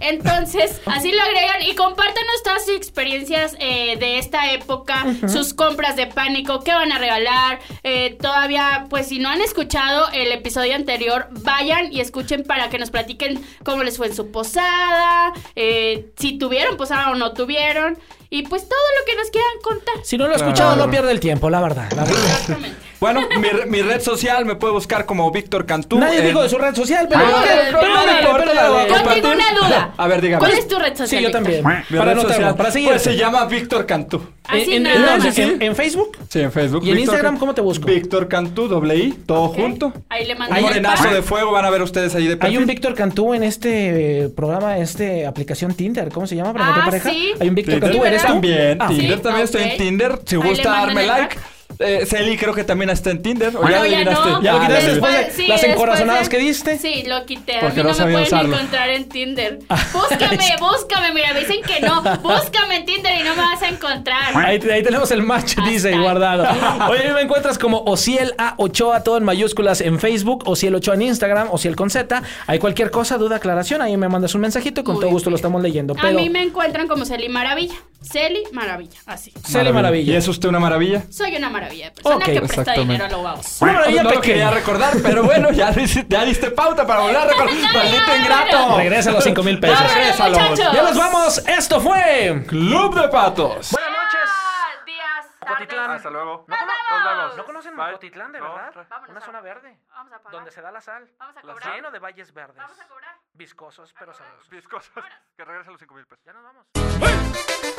C: Entonces, así lo agregan y compártanos todas sus experiencias eh, de esta época, sus compras de pánico, qué van a regalar. Eh, todavía, pues si no han escuchado el episodio anterior, vayan y escuchen para que nos platiquen cómo les fue en su posada, eh, si tuvieron posada o no tuvieron. Y pues todo lo que nos quieran contar.
B: Si no lo he escuchado,
D: Claro.
B: no pierde el tiempo, la verdad. la verdad.
C: Exactamente.
D: Bueno, mi, re- mi red social me puede buscar como Víctor Cantú.
B: Nadie
D: en-
B: dijo de su red social, pero.
C: Ah,
B: pero-
C: del
B: pero-
C: programa,
B: pero-
C: del
B: pero-
D: programa.
B: pero-
C: Yo tengo
D: ¿Compartir?
C: una duda.
D: A ver, dígame.
C: ¿Cuál es tu red social?
B: Sí, yo
C: Víctor?
B: también.
D: Mi
B: Para
D: red
B: anotarlo,
D: social,
B: para seguir.
D: Pues se llama Víctor Cantú.
C: Así
B: en, en-
C: nada
B: en-
C: más. Eh,
B: en- en Facebook,
D: Sí, en Facebook.
B: ¿Y en
D: Víctor
B: Instagram
D: Can-
B: cómo te busco?
D: Víctor Cantú, doble I, todo
C: Ok.
D: junto.
C: Ahí le mandé
D: Un
B: Hay-
D: morenazo de fuego van a ver ustedes ahí de
B: hay
D: perfil.
B: un Víctor Cantú en este eh, programa, este aplicación Tinder, ¿cómo se llama? ¿Para encontrar
C: Ah,
B: pareja?
C: sí.
B: Hay un Víctor
D: Tinder
B: Cantú,
C: ¿verdad?
B: ¿eres tú?
D: también.
B: Ah,
D: Tinder
C: Sí,
D: también estoy
C: ok.
D: en Tinder. Si
C: Ahí le
D: gusta
C: mandan
D: darme
C: el
D: like. Eh, Celi creo que también está en Tinder. ¿O ya
C: No,
D: lo
C: ya
D: eliminaste?
C: no.
B: Ya lo
D: Ah,
B: quitaste
D: ya
B: después de-
D: vi.
C: sí,
B: las encorazonadas
C: después
B: que diste.
C: Sí, lo quité. A mí
D: Porque no
C: no, me
D: sabía
C: pueden
D: usarlo.
C: encontrar en Tinder. Búscame, búscame. Mira, me dicen que no. Búscame en Tinder y no me vas a encontrar.
B: Ahí, ahí tenemos el match, dice,
C: Hashtag.
B: guardado. Oye, ahí me encuentras como Ociel A Ochoa, todo en mayúsculas en Facebook, Ociel Ochoa en Instagram, Ociel con Z. Hay cualquier cosa, duda, aclaración, ahí me mandas un mensajito y con
C: Muy
B: todo gusto
C: bien.
B: lo estamos leyendo.
C: A
B: Pero,
C: mí me encuentran como Celi Maravilla. Celi Maravilla, así.
B: Celi
D: ¿Y
B: Maravilla.
D: es usted una maravilla?
C: Soy una maravilla de persona
B: Ok,
C: que presta
D: exactamente.
C: dinero a los vagos.
B: Una maravilla
D: no lo
B: pequeña.
D: quería recordar, pero bueno, ya, dice- ya diste pauta para volver a recordar.
C: No,
D: ¡Maldito
C: ya,
D: ingrato!
C: bueno.
B: Regresa los 5 mil pesos.
C: Vámonos,
D: regrésalo.
C: muchachos.
B: Ya nos vamos. Esto fue.
D: Club de Patos.
B: Buenas noches.
C: Ah, días, tardes.
D: luego.
C: Nos vemos.
B: No conocen
D: Bye.
B: Macotitlán, de
D: No.
B: verdad.
C: Vámonos
B: Una
C: a-
B: zona verde.
C: Vamos a pagar.
B: Donde se da la sal.
C: Vamos a
B: La
C: cobrar.
B: Lleno de valles verdes.
C: Vamos a cobrar.
B: Viscosos, pero sabrosos.
D: Mis cosas. Que regresen los 5 mil pesos.
B: Ya nos vamos.